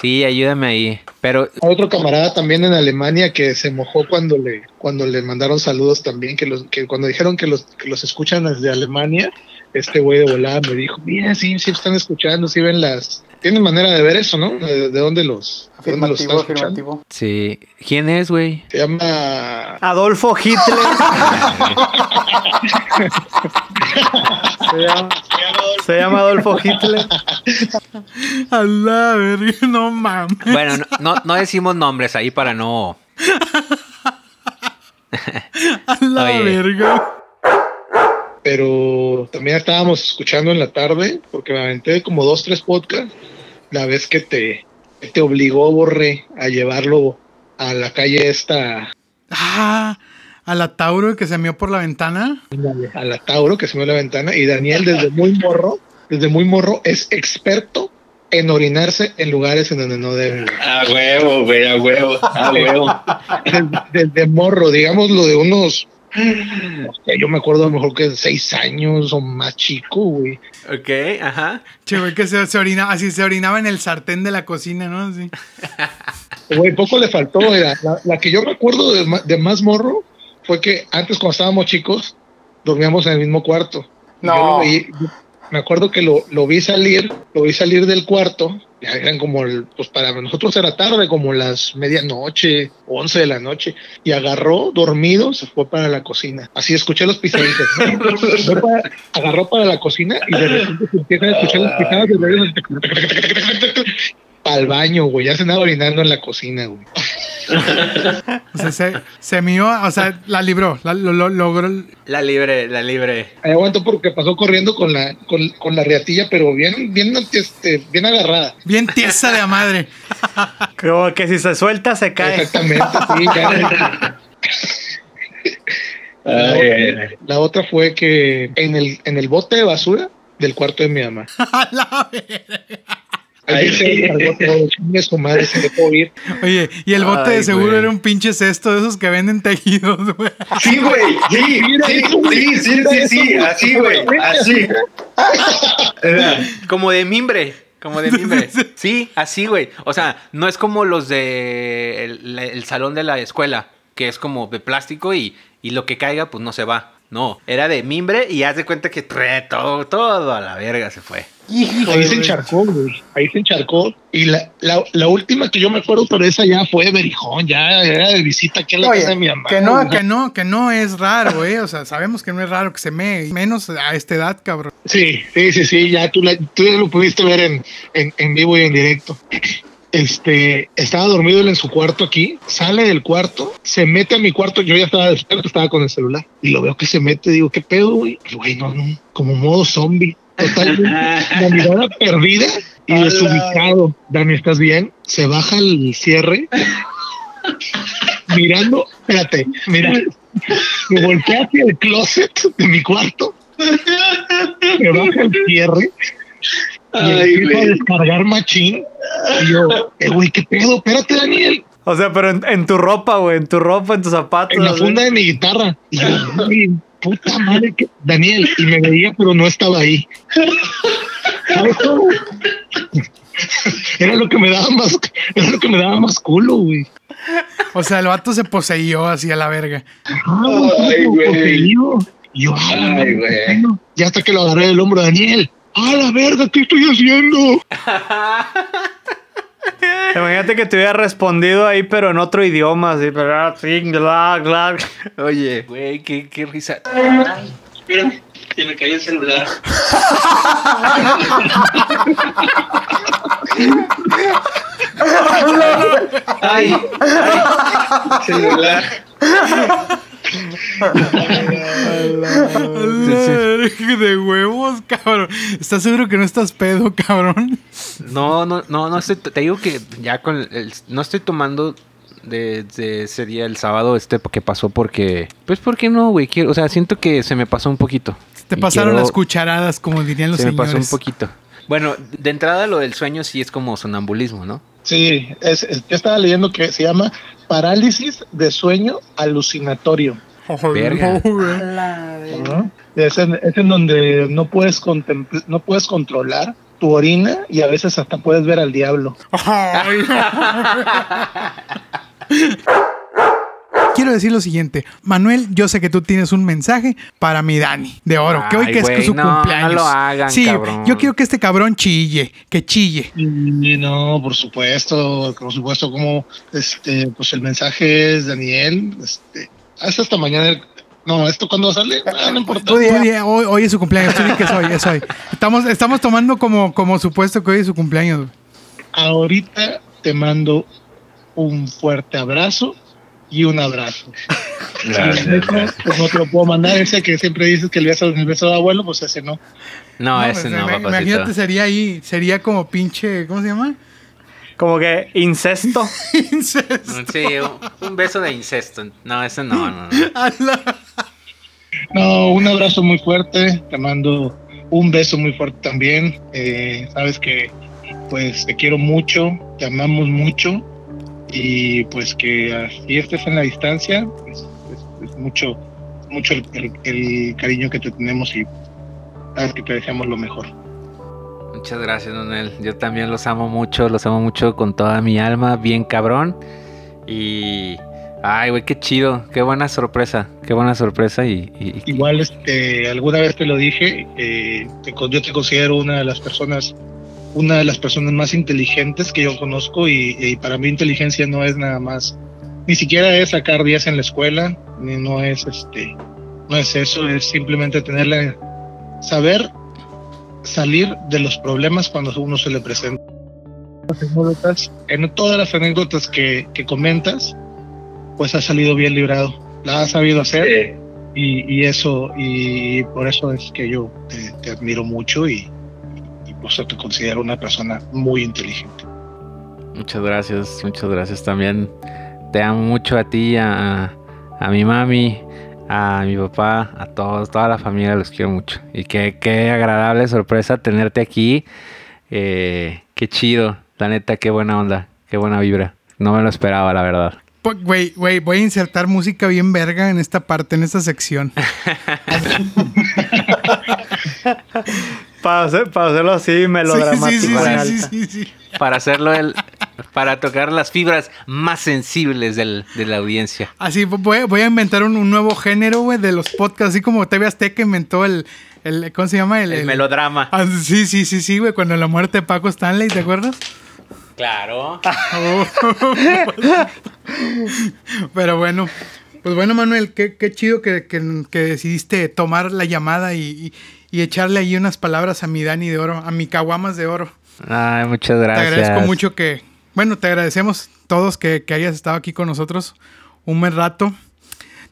S3: Sí, ayúdame ahí. Pero,
S1: Otro camarada también en Alemania que se mojó cuando le cuando le mandaron saludos también, que los que cuando dijeron que los que los escuchan desde Alemania, este güey de volada me dijo, mira, sí, sí están escuchando, sí ven las... Tienen manera de ver eso, ¿no? ¿De, de dónde los, de dónde los están
S7: Afirmativo,
S1: escuchando?
S7: afirmativo.
S3: sí. ¿Quién es, güey?
S1: Se llama...
S6: Adolfo Hitler. se, llama, se llama Adolfo Hitler.
S4: A la verga, no mames.
S3: Bueno, no, no, no decimos nombres ahí para no.
S4: A la
S3: Oye.
S4: verga.
S1: pero también estábamos escuchando en la tarde, porque me aventé como dos, tres podcasts, la vez que te, que te obligó, Borre, a llevarlo a la calle esta,
S4: Ah, a la Tauro que se meó por la ventana.
S1: a la Tauro, que se me dio la ventana, y Daniel desde muy morro, desde muy morro, es experto en orinarse en lugares en donde no debe.
S8: A huevo, güey, a huevo, a huevo.
S1: Desde, desde morro, digámoslo, de unos... no sé, yo me acuerdo a lo mejor que seis años o más chico, güey.
S3: Ok, ajá.
S4: Che, güey, que se, se orina, así se orinaba en el sartén de la cocina, ¿no? Así.
S1: Güey, poco le faltó. Era la, la que yo recuerdo de, ma- de más morro fue que antes cuando estábamos chicos, dormíamos en el mismo cuarto.
S7: No.
S1: Yo lo veí- me acuerdo que lo, lo vi salir, lo vi salir del cuarto, ya eran como, el- pues para nosotros era tarde, como las medianoche, 11 de la noche, y agarró, dormido, se fue para la cocina. Así escuché los pisaditos. Fue para- agarró para la cocina y de repente se empiezan a escuchar las pisadas de varios- Pa'l baño, güey, ya se andaba orinando en la cocina, güey.
S4: O sea, se, se mió, o sea, la libró, la- lo, lo- logró.
S3: La libre, la libre.
S1: Ahí aguantó porque pasó corriendo con la, con, con la riatilla, pero bien, bien, este, bien agarrada.
S4: Bien tiesa de a madre.
S6: Como que si se suelta, se cae.
S1: Exactamente, sí, ya.
S8: Ay, ay, ay.
S1: La otra fue que en el, en el bote de basura del cuarto de mi mamá.
S4: A la verga.
S1: Ahí
S8: Ay.
S1: se cargó todo, chingue su madre, se dejó ir.
S4: Oye, y el bote
S6: Ay,
S4: de seguro
S6: güey.
S4: era un pinche cesto de esos que venden tejidos, güey.
S8: Sí, güey, sí, sí, sí, sí, sí, sí, así, güey, así. Era,
S3: Como de mimbre. Como de mimbre. Sí, así, güey. O sea, no es como los de el, la- el salón de la escuela, que es como de plástico y, y lo que caiga, pues no se va. No, era de mimbre y haz de cuenta que tre- todo, todo a la verga se fue.
S1: Ahí se encharcó, güey. Ahí se encharcó. Y la, la, la última que yo me acuerdo, pero esa ya fue de Berijón, ya era de visita aquí en la
S7: Oye,
S1: casa de mi mamá.
S7: que no,
S1: güey.
S4: Que no, que no es raro, eh. O sea, sabemos que no es raro que se me, menos a esta edad, cabrón.
S1: Sí, sí, sí, sí, ya tú, la- tú ya lo pudiste ver en, en, en vivo y en directo. Este, estaba dormido él en su cuarto aquí, sale del cuarto, se mete a mi cuarto, yo ya estaba despierto, estaba con el celular, y lo veo que se mete, digo, ¿qué pedo, güey? Y, Güey, no, no, como modo zombie, total, la mirada perdida y
S8: Hola.
S1: desubicado. Dani, ¿estás bien? Se baja el cierre, mirando, espérate, mira, me volteé hacia el closet de mi cuarto, me baja el cierre y
S8: Ay,
S1: empiezo a
S8: güey.
S1: descargar machín. Y yo, eh, güey, qué pedo, espérate, Daniel,
S6: O sea, pero en, en tu ropa, güey, en tu ropa, en tus zapatos.
S1: en la
S6: así.
S1: funda de mi guitarra. Y yo, "Ay, puta madre, que... Daniel, y me veía, pero no estaba ahí. ¿Sabes cómo? Era lo que me daba más, era lo que me daba más culo, güey.
S4: O sea, el vato se poseyó así a la verga.
S1: Ah, güey,
S8: Ay,
S1: como
S8: güey.
S1: poseído. Y yo, "Ah, la
S8: Ay,
S1: madre,
S8: güey.
S1: bueno". Ya hasta que lo agarré del hombro, Daniel. ¡Ah, la verga! ¿Qué estoy haciendo?
S6: Imagínate que te hubiera respondido ahí, pero en otro idioma, así, pero ah, ting, gla, gla.
S3: Oye, güey, qué, qué risa.
S8: Mira, se me cayó el celular.
S3: Ay,
S8: Celular.
S4: De huevos, cabrón. ¿Estás seguro que no estás pedo, cabrón?
S3: no, no, no, no estoy. Te digo que ya con. el- no estoy tomando de, de ese día, el sábado este que pasó, porque. Pues, ¿por qué no, güey? Quiero- O sea, siento que se me pasó un poquito.
S4: Te
S3: Y
S4: pasaron
S3: quiero-
S4: las cucharadas, como dirían los
S3: Se me
S4: señores.
S3: pasó un poquito. Bueno, de entrada lo del sueño sí es como sonambulismo, ¿no?
S1: Sí, es, es- yo estaba leyendo que se llama parálisis de sueño alucinatorio.
S3: Verga.
S1: ¿no? Es, en, es en donde no puedes contempl- no puedes controlar tu orina y a veces hasta puedes ver al diablo.
S4: Quiero decir lo siguiente, Manuel, yo sé que tú tienes un mensaje para mi Dani de oro, que hoy
S3: Ay,
S4: que es
S3: güey,
S4: su
S3: no,
S4: cumpleaños.
S3: no lo hagan,
S4: sí,
S3: cabrón.
S4: yo quiero que este cabrón chille, que chille.
S1: Y no, por supuesto, por supuesto, como este, pues el mensaje es Daniel, este, hasta esta mañana. el- no, esto cuando sale, Ah, no importa.
S4: Tú di- hoy, hoy es su cumpleaños, tú di que es hoy, es hoy. Estamos, estamos tomando como, como supuesto que hoy es su cumpleaños.
S1: Ahorita te mando un fuerte abrazo y un abrazo.
S8: Gracias,
S1: Y el beso,
S8: gracias.
S1: pues no te lo puedo mandar, ese que siempre dices que el beso, el beso de abuelo, pues ese no.
S3: No,
S4: No,
S3: ese
S4: pues,
S3: no,
S4: ima-
S3: papacito.
S4: Imagínate, sería ahí, sería como pinche, ¿cómo se llama?
S6: Como que incesto.
S4: Incest.
S3: Sí, un, un beso de incesto. No, ese no, no, no.
S4: A la-
S1: No, un abrazo muy fuerte, te mando un beso muy fuerte también. Eh, sabes que pues te quiero mucho, te amamos mucho y pues que así estés en la distancia, es, es- es mucho, mucho el, el- el cariño que te tenemos y sabes que te deseamos lo mejor.
S3: Muchas gracias, Donel. Yo también los amo mucho, los amo mucho con toda mi alma, bien cabrón. Y Ay, güey, qué chido. Qué buena sorpresa. Qué buena sorpresa y... y- y-
S1: Igual, este, alguna vez te lo dije, eh, te con- yo te considero una de las personas, una de las personas más inteligentes que yo conozco y, y para mí inteligencia no es nada más, ni siquiera es sacar 10 en la escuela, ni no es este, no es eso, es simplemente tener la- saber salir de los problemas cuando a uno se le presenta. Las anécdotas, En todas las anécdotas que, que comentas, pues has salido bien librado, la has sabido hacer
S8: Eh,
S1: y, y eso y por eso es que yo te, te admiro mucho y, y por eso te considero una persona muy inteligente
S3: Muchas gracias, muchas gracias también. Te amo mucho a ti, a, a mi mami, a mi papá, a todos, toda la familia, los quiero mucho. Y qué, qué agradable sorpresa tenerte aquí. Eh, qué chido, la neta, qué buena onda, qué buena vibra. No me lo esperaba, la verdad.
S4: Po- Pues, Güey, güey, voy a insertar música bien verga en esta parte, en esta sección.
S6: Para, hacer- para hacerlo así, melodramático.
S4: Sí, sí, sí,
S6: en
S4: sí,
S6: alta.
S4: sí, sí, sí.
S3: Para hacerlo, el, para tocar las fibras más sensibles del- de la audiencia.
S4: Así, voy, voy a inventar un, un nuevo género, güey, de los podcasts. Así como TV Azteca inventó el... el ¿Cómo se llama? El,
S3: El
S4: el-
S3: melodrama.
S4: Ah, sí, sí, sí, sí, güey. Cuando la muerte de Paco Stanley, ¿te acuerdas?
S3: Claro.
S4: Pero bueno, pues bueno, Manuel, qué, qué chido que, que- que decidiste tomar la llamada y, y- y echarle ahí unas palabras a mi Dani de oro, a mi Caguamas de oro.
S3: Ay, muchas gracias.
S4: Te agradezco mucho que, bueno, te agradecemos todos que, que hayas estado aquí con nosotros un buen rato.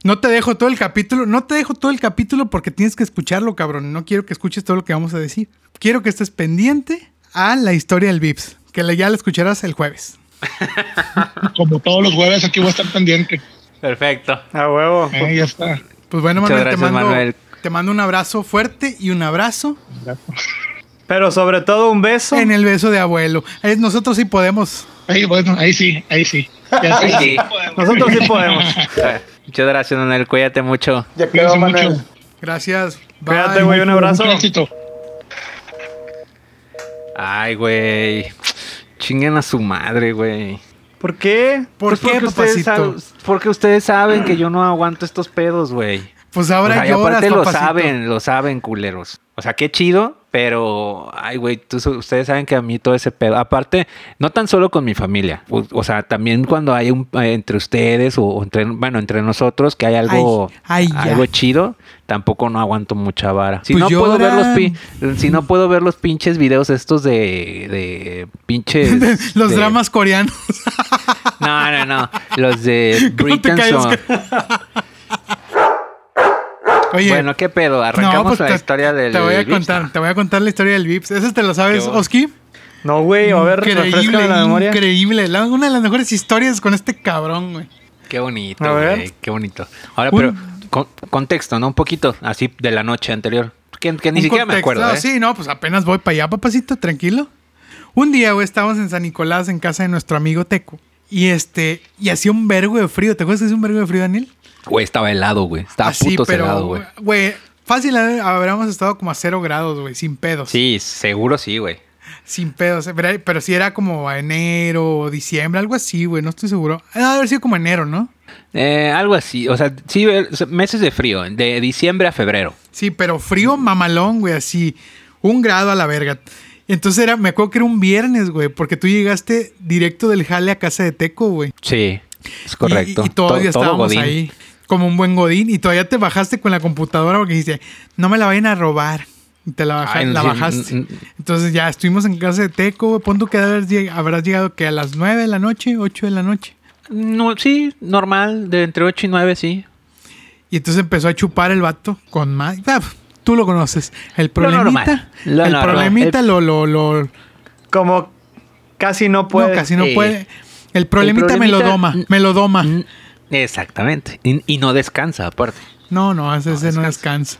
S4: No te dejo todo el capítulo, no te dejo todo el capítulo porque tienes que escucharlo, cabrón. No quiero que escuches todo lo que vamos a decir. Quiero que estés pendiente a la historia del Vips, que la- ya la escucharás el jueves.
S1: como todos los jueves aquí voy a estar pendiente
S3: Perfecto.
S6: A huevo.
S1: Eh, ya está
S4: Pues bueno,
S3: Muchas
S4: Manuel, te,
S3: gracias,
S4: mando,
S3: Manuel.
S4: te mando un abrazo fuerte y un abrazo
S6: Pero sobre todo un beso.
S4: en el beso de abuelo. Eh, Nosotros sí podemos.
S1: ahí bueno ahí sí ahí sí Ya sé.
S3: Sí.
S6: Nosotros sí podemos.
S3: Muchas gracias, Manuel. Cuídate mucho.
S7: Ya quedó,
S1: Cuídense
S7: Manuel.
S1: mucho
S4: Gracias. Bye.
S6: Cuídate, güey. Un abrazo.
S1: Un éxito
S3: Ay, güey. Chinguen a su madre, güey.
S6: ¿Por qué? Pues
S4: ¿Por qué,
S3: ustedes,
S4: papacito?
S3: sab- porque ustedes saben que yo no aguanto estos pedos, güey.
S4: Pues
S3: O
S4: ahora
S3: sea, y
S4: lloras,
S3: aparte lo
S4: papacito.
S3: saben, lo saben, culeros. O sea, qué chido, pero, ay, güey, tú- ustedes saben que a mí todo ese pedo. Aparte, no tan solo con mi familia. O, o sea, también cuando hay un, eh, entre ustedes o, o entre, bueno, entre nosotros que hay algo,
S4: Ay, ay,
S3: algo
S4: ya.
S3: chido, tampoco no aguanto mucha vara. Si
S4: Pues
S3: no puedo ver los pi-
S4: lloran.
S3: si no puedo ver los pinches videos estos de, de pinches
S4: Los
S3: de-
S4: dramas coreanos.
S3: No, no, no. Los de
S4: ¿Cómo te
S3: Britain
S4: calles,
S3: Song.
S4: Oye,
S3: Bueno, qué pedo. Arrancamos
S4: pues
S3: la
S4: te-
S3: historia del
S4: Te voy a
S3: Vips, ¿no?
S4: contar, te voy a contar la historia del Vips. ¿Esa te la sabes,
S3: Qué bueno.
S4: Oski?
S6: No, güey. A ver, refrescame la memoria.
S4: increíble. La- una de las mejores historias con este cabrón, güey.
S3: Qué bonito,
S6: A ver.
S3: güey, qué bonito. Ahora,
S4: Un-
S3: pero con- contexto, ¿no? Un poquito, así de la noche anterior. Que, que ni
S4: Un
S3: siquiera me
S4: contexto.
S3: acuerdo.
S4: Ah,
S3: ¿eh?
S4: Sí, no, pues apenas voy para allá, papacito, tranquilo. Un día, güey, estábamos en San Nicolás, en casa de nuestro amigo Teco. Y este, y hacía un vergo de frío. ¿Te acuerdas que hacía un vergo de frío, Daniel?
S3: Güey, estaba helado, güey. Estaba puto helado, güey.
S4: Güey, fácil eh, habríamos estado como a cero grados, güey, sin pedos.
S3: Sí, seguro sí, güey.
S4: Sin pedos, eh, pero, pero sí era como a enero o diciembre, algo así, güey, no estoy seguro. Ha de haber sido como enero, ¿no?
S3: Eh, algo así, o sea, sí, eh, o sea, meses de frío, de diciembre a febrero.
S4: Sí, pero
S3: Mm.
S4: frío mamalón, güey, así, un grado a la verga. Entonces era, me acuerdo que era un viernes, güey, porque tú llegaste directo del jale a casa de Teco, güey.
S3: Sí, es correcto.
S4: Y, y todavía
S3: To- todo
S4: estábamos
S3: godín.
S4: ahí, como un buen godín, y todavía te bajaste con la computadora porque dijiste, no me la vayan a robar. Y te la, baja-
S3: Ay, no,
S4: la
S3: sí,
S4: bajaste.
S3: mm, mm.
S4: Entonces ya estuvimos en casa de Teco, güey. Pon tú que haber lleg- habrás llegado que a las 9 de la noche, 8 de la noche.
S3: No, sí, normal, de entre 8 y 9, sí.
S4: Y entonces empezó a chupar el vato con más. Ah, tú lo conoces. El problemita.
S3: normal, lo
S4: el
S3: normal.
S4: problemita
S3: El-
S4: lo, lo, lo.
S6: Como casi no puede.
S4: no, casi no
S3: eh,
S4: puede. El problemita,
S3: problemita-
S4: melodoma.
S3: n-
S4: Melodoma.
S3: Mm, Exactamente. Y, y no descansa, aparte.
S4: No, no, ese, ese no descansa.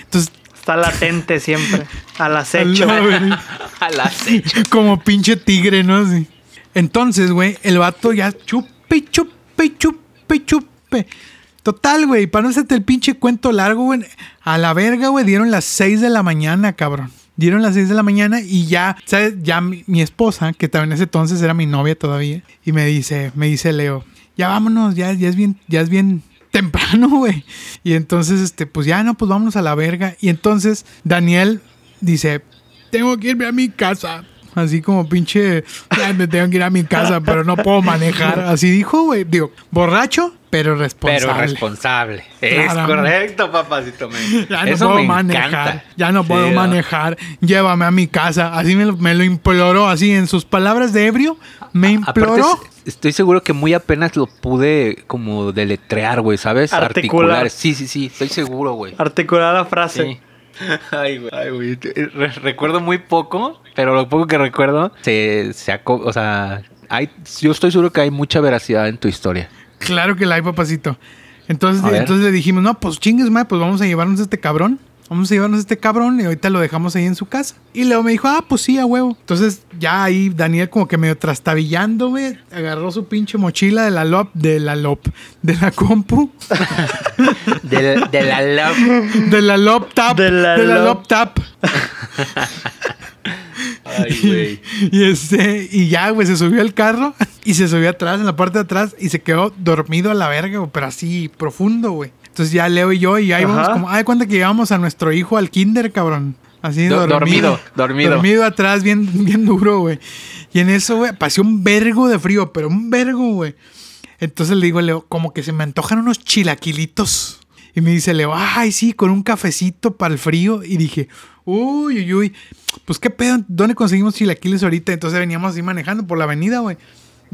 S4: Entonces,
S6: Está latente siempre. Al acecho.
S4: la verga.
S3: A las 8.
S4: Como pinche tigre, ¿no? Así. Entonces, güey, el vato ya chupe, chupe, chupe, chupe. Total, güey, para no hacerte el pinche cuento largo, güey, a la verga, güey, dieron las 6 de la mañana, cabrón. Dieron las 6 de la mañana y ya, ¿sabes? Ya mi, mi esposa, que también en ese entonces era mi novia todavía, y me dice, me dice Leo, ya vámonos, ya, ya es bien, ya es bien temprano, güey. Y entonces, este, pues ya no, pues vámonos a la verga. Y entonces Daniel dice, tengo que irme a mi casa. Así como pinche, "Ay, me tengo que ir a mi casa, pero no puedo manejar. Así dijo, güey. Digo, borracho, pero responsable.
S8: Pero responsable. Es
S4: Claramente.
S8: correcto, papacito. men.
S4: Ya no
S8: Eso
S4: puedo
S8: me
S4: manejar,
S8: encanta.
S4: ya no puedo
S8: Sí,
S4: manejar, llévame a mi casa. Así me lo, me lo imploró, así en sus palabras de ebrio, me
S8: Aparte,
S4: imploró.
S8: es- estoy seguro que muy apenas lo pude como deletrear, güey, ¿sabes?
S5: Articular.
S8: Sí, sí, sí, estoy seguro, güey.
S5: Articular la frase.
S8: Sí. Ay, güey. Ay, güey. Te- re- recuerdo muy poco, pero lo poco que
S4: ¿Ah?
S8: recuerdo, se, se aco- o sea, hay, yo estoy seguro que hay mucha veracidad en tu historia.
S4: Claro que la hay, papacito. Entonces,
S8: A ver.
S4: entonces le dijimos, no, pues chingues, madre, pues vamos a llevarnos a este cabrón. Vamos a llevarnos a este cabrón y ahorita lo dejamos ahí en su casa. Y luego me dijo, ah, pues sí, a huevo. Entonces ya ahí Daniel como que medio trastabillando, güey. Agarró su pinche mochila de la lop, de la lop, de la compu.
S8: De, de la love.
S4: De la laptop.
S5: De
S4: De
S5: la
S4: la,
S5: lop-
S4: laptop.
S8: Ay, güey.
S4: Y este, y ya, güey, se subió al carro y se subió atrás, en la parte de atrás, y se quedó dormido a la verga, güey, pero así profundo, güey. Entonces ya Leo y yo, y ahí vamos
S5: Ajá.
S4: como, ay, cuenta que llevamos a nuestro hijo al kinder, cabrón. Así
S8: Do-
S4: dormido.
S8: dormido, dormido.
S4: atrás, bien, bien duro, güey. Y en eso, güey, pasé un vergo de frío, pero un vergo, güey. Entonces le digo a Leo, como que se me antojan unos chilaquilitos. Y me dice Leo, ay, sí, con un cafecito para el frío. Y dije, uy, uy, uy, pues qué pedo, ¿dónde conseguimos chilaquiles ahorita? Entonces veníamos así manejando por la avenida, güey.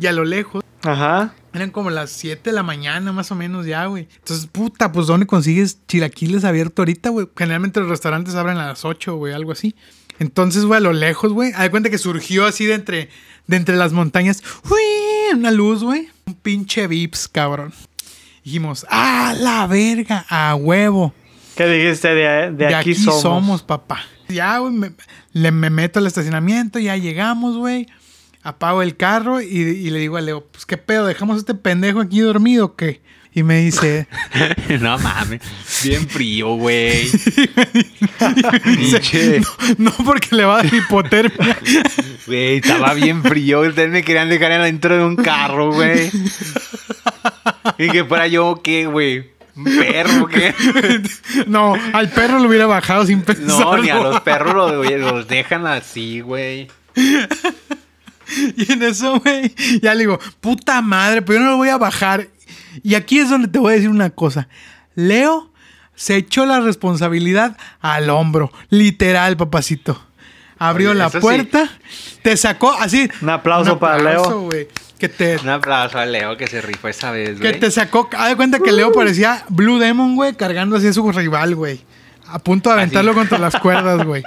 S4: Y a lo lejos,
S5: Ajá.
S4: eran como las 7 de la mañana, más o menos ya, güey. Entonces, puta, pues ¿dónde consigues chilaquiles abierto ahorita, güey? Generalmente los restaurantes abren a las 8, güey, algo así. Entonces, güey, a lo lejos, güey, haz de cuenta que surgió así de entre, de entre las montañas. ¡Uy! Una luz, güey. Un pinche vips, cabrón. Dijimos, ¡ah, la verga! ¡A huevo!
S5: ¿Qué dijiste? De, de
S4: De,
S5: aquí, somos.
S4: papá. Ya, güey, me, le- me meto al estacionamiento, ya llegamos, güey. Apago el carro y, y le digo a Leo, pues qué pedo, dejamos a este pendejo aquí dormido, o ¿qué? Y me dice,
S8: No mames. Bien frío, güey. Pinche.
S4: no, porque le va a dar hipotermia.
S8: Güey, estaba bien frío. Ustedes me querían dejar adentro de un carro, güey. Y que fuera yo, ¿qué, güey? ¿Un perro, qué?
S4: no, al perro lo hubiera bajado sin pensar.
S8: No, ni a los perros los, güey, los dejan así, güey.
S4: Y en eso, güey, ya le digo, puta madre, pero yo no lo voy a bajar. Y aquí es donde te voy a decir una cosa. Leo se echó la responsabilidad al hombro, literal, papacito. Abrió
S8: Oye,
S4: la
S8: eso sí.
S4: puerta, te sacó así.
S5: Un aplauso para Leo.
S4: güey, que te,
S8: Un aplauso a Leo que se rifó esa vez,
S4: que
S8: pues, güey. Uh.
S4: te sacó. Haz de cuenta que Leo parecía Blue Demon, güey, cargando así a su rival, güey. A punto
S8: ¿Ah,
S4: de aventarlo contra las cuerdas, güey.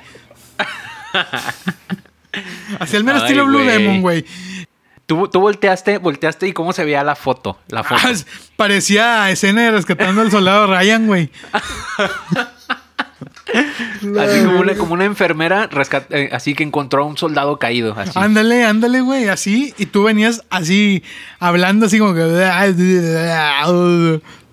S4: Así el mero
S8: Ay,
S4: estilo Blue
S8: güey.
S4: Demon, güey.
S8: Tú, tú volteaste, volteaste y cómo se veía la foto. La foto.
S4: Ah, es- parecía escena de rescatando al soldado Ryan, güey.
S8: Así como una, como una enfermera, rescat- eh, así que encontró a un soldado caído. Así.
S4: Ándale, ándale, güey, así. Y tú venías así, hablando así como que...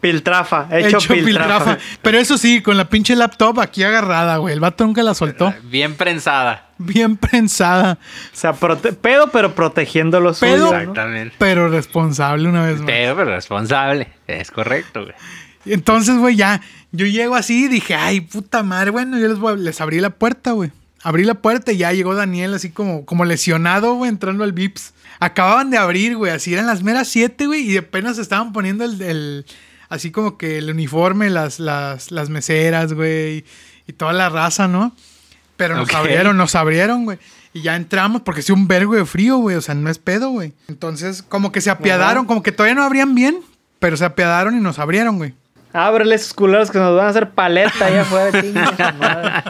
S5: Piltrafa. Hecho, piltrafa.
S4: Pero eso sí, con la pinche laptop aquí agarrada, güey. El vato nunca la soltó.
S8: Bien prensada.
S4: Bien prensada.
S5: O sea, prote- pedo, pero protegiendo los
S4: Pedo.
S5: suyos. ¿no?
S8: Exactamente.
S4: Pero responsable una vez más.
S8: Pero, pero responsable. Es correcto, güey.
S4: Y Entonces, güey, ya. Yo llego así y dije, ay, puta madre. Bueno, yo les, voy a- les abrí la puerta, güey. Abrí la puerta y ya llegó Daniel así como, como lesionado, güey, entrando al VIPS. Acababan de abrir, güey. Así eran las meras 7, güey. Y apenas estaban poniendo el, el- Así como que el uniforme, las, las, las meseras, güey. Y toda la raza, ¿no? Pero nos
S8: Ok.
S4: abrieron, nos abrieron, güey. Y ya entramos porque sí un vergo de frío, güey. O sea, no es pedo, güey. Entonces, como que se apiadaron, como que todavía no abrían bien, pero se apiadaron y nos abrieron, güey.
S5: Ábrele esos culeros que nos van a hacer paleta allá afuera. chingue su madre.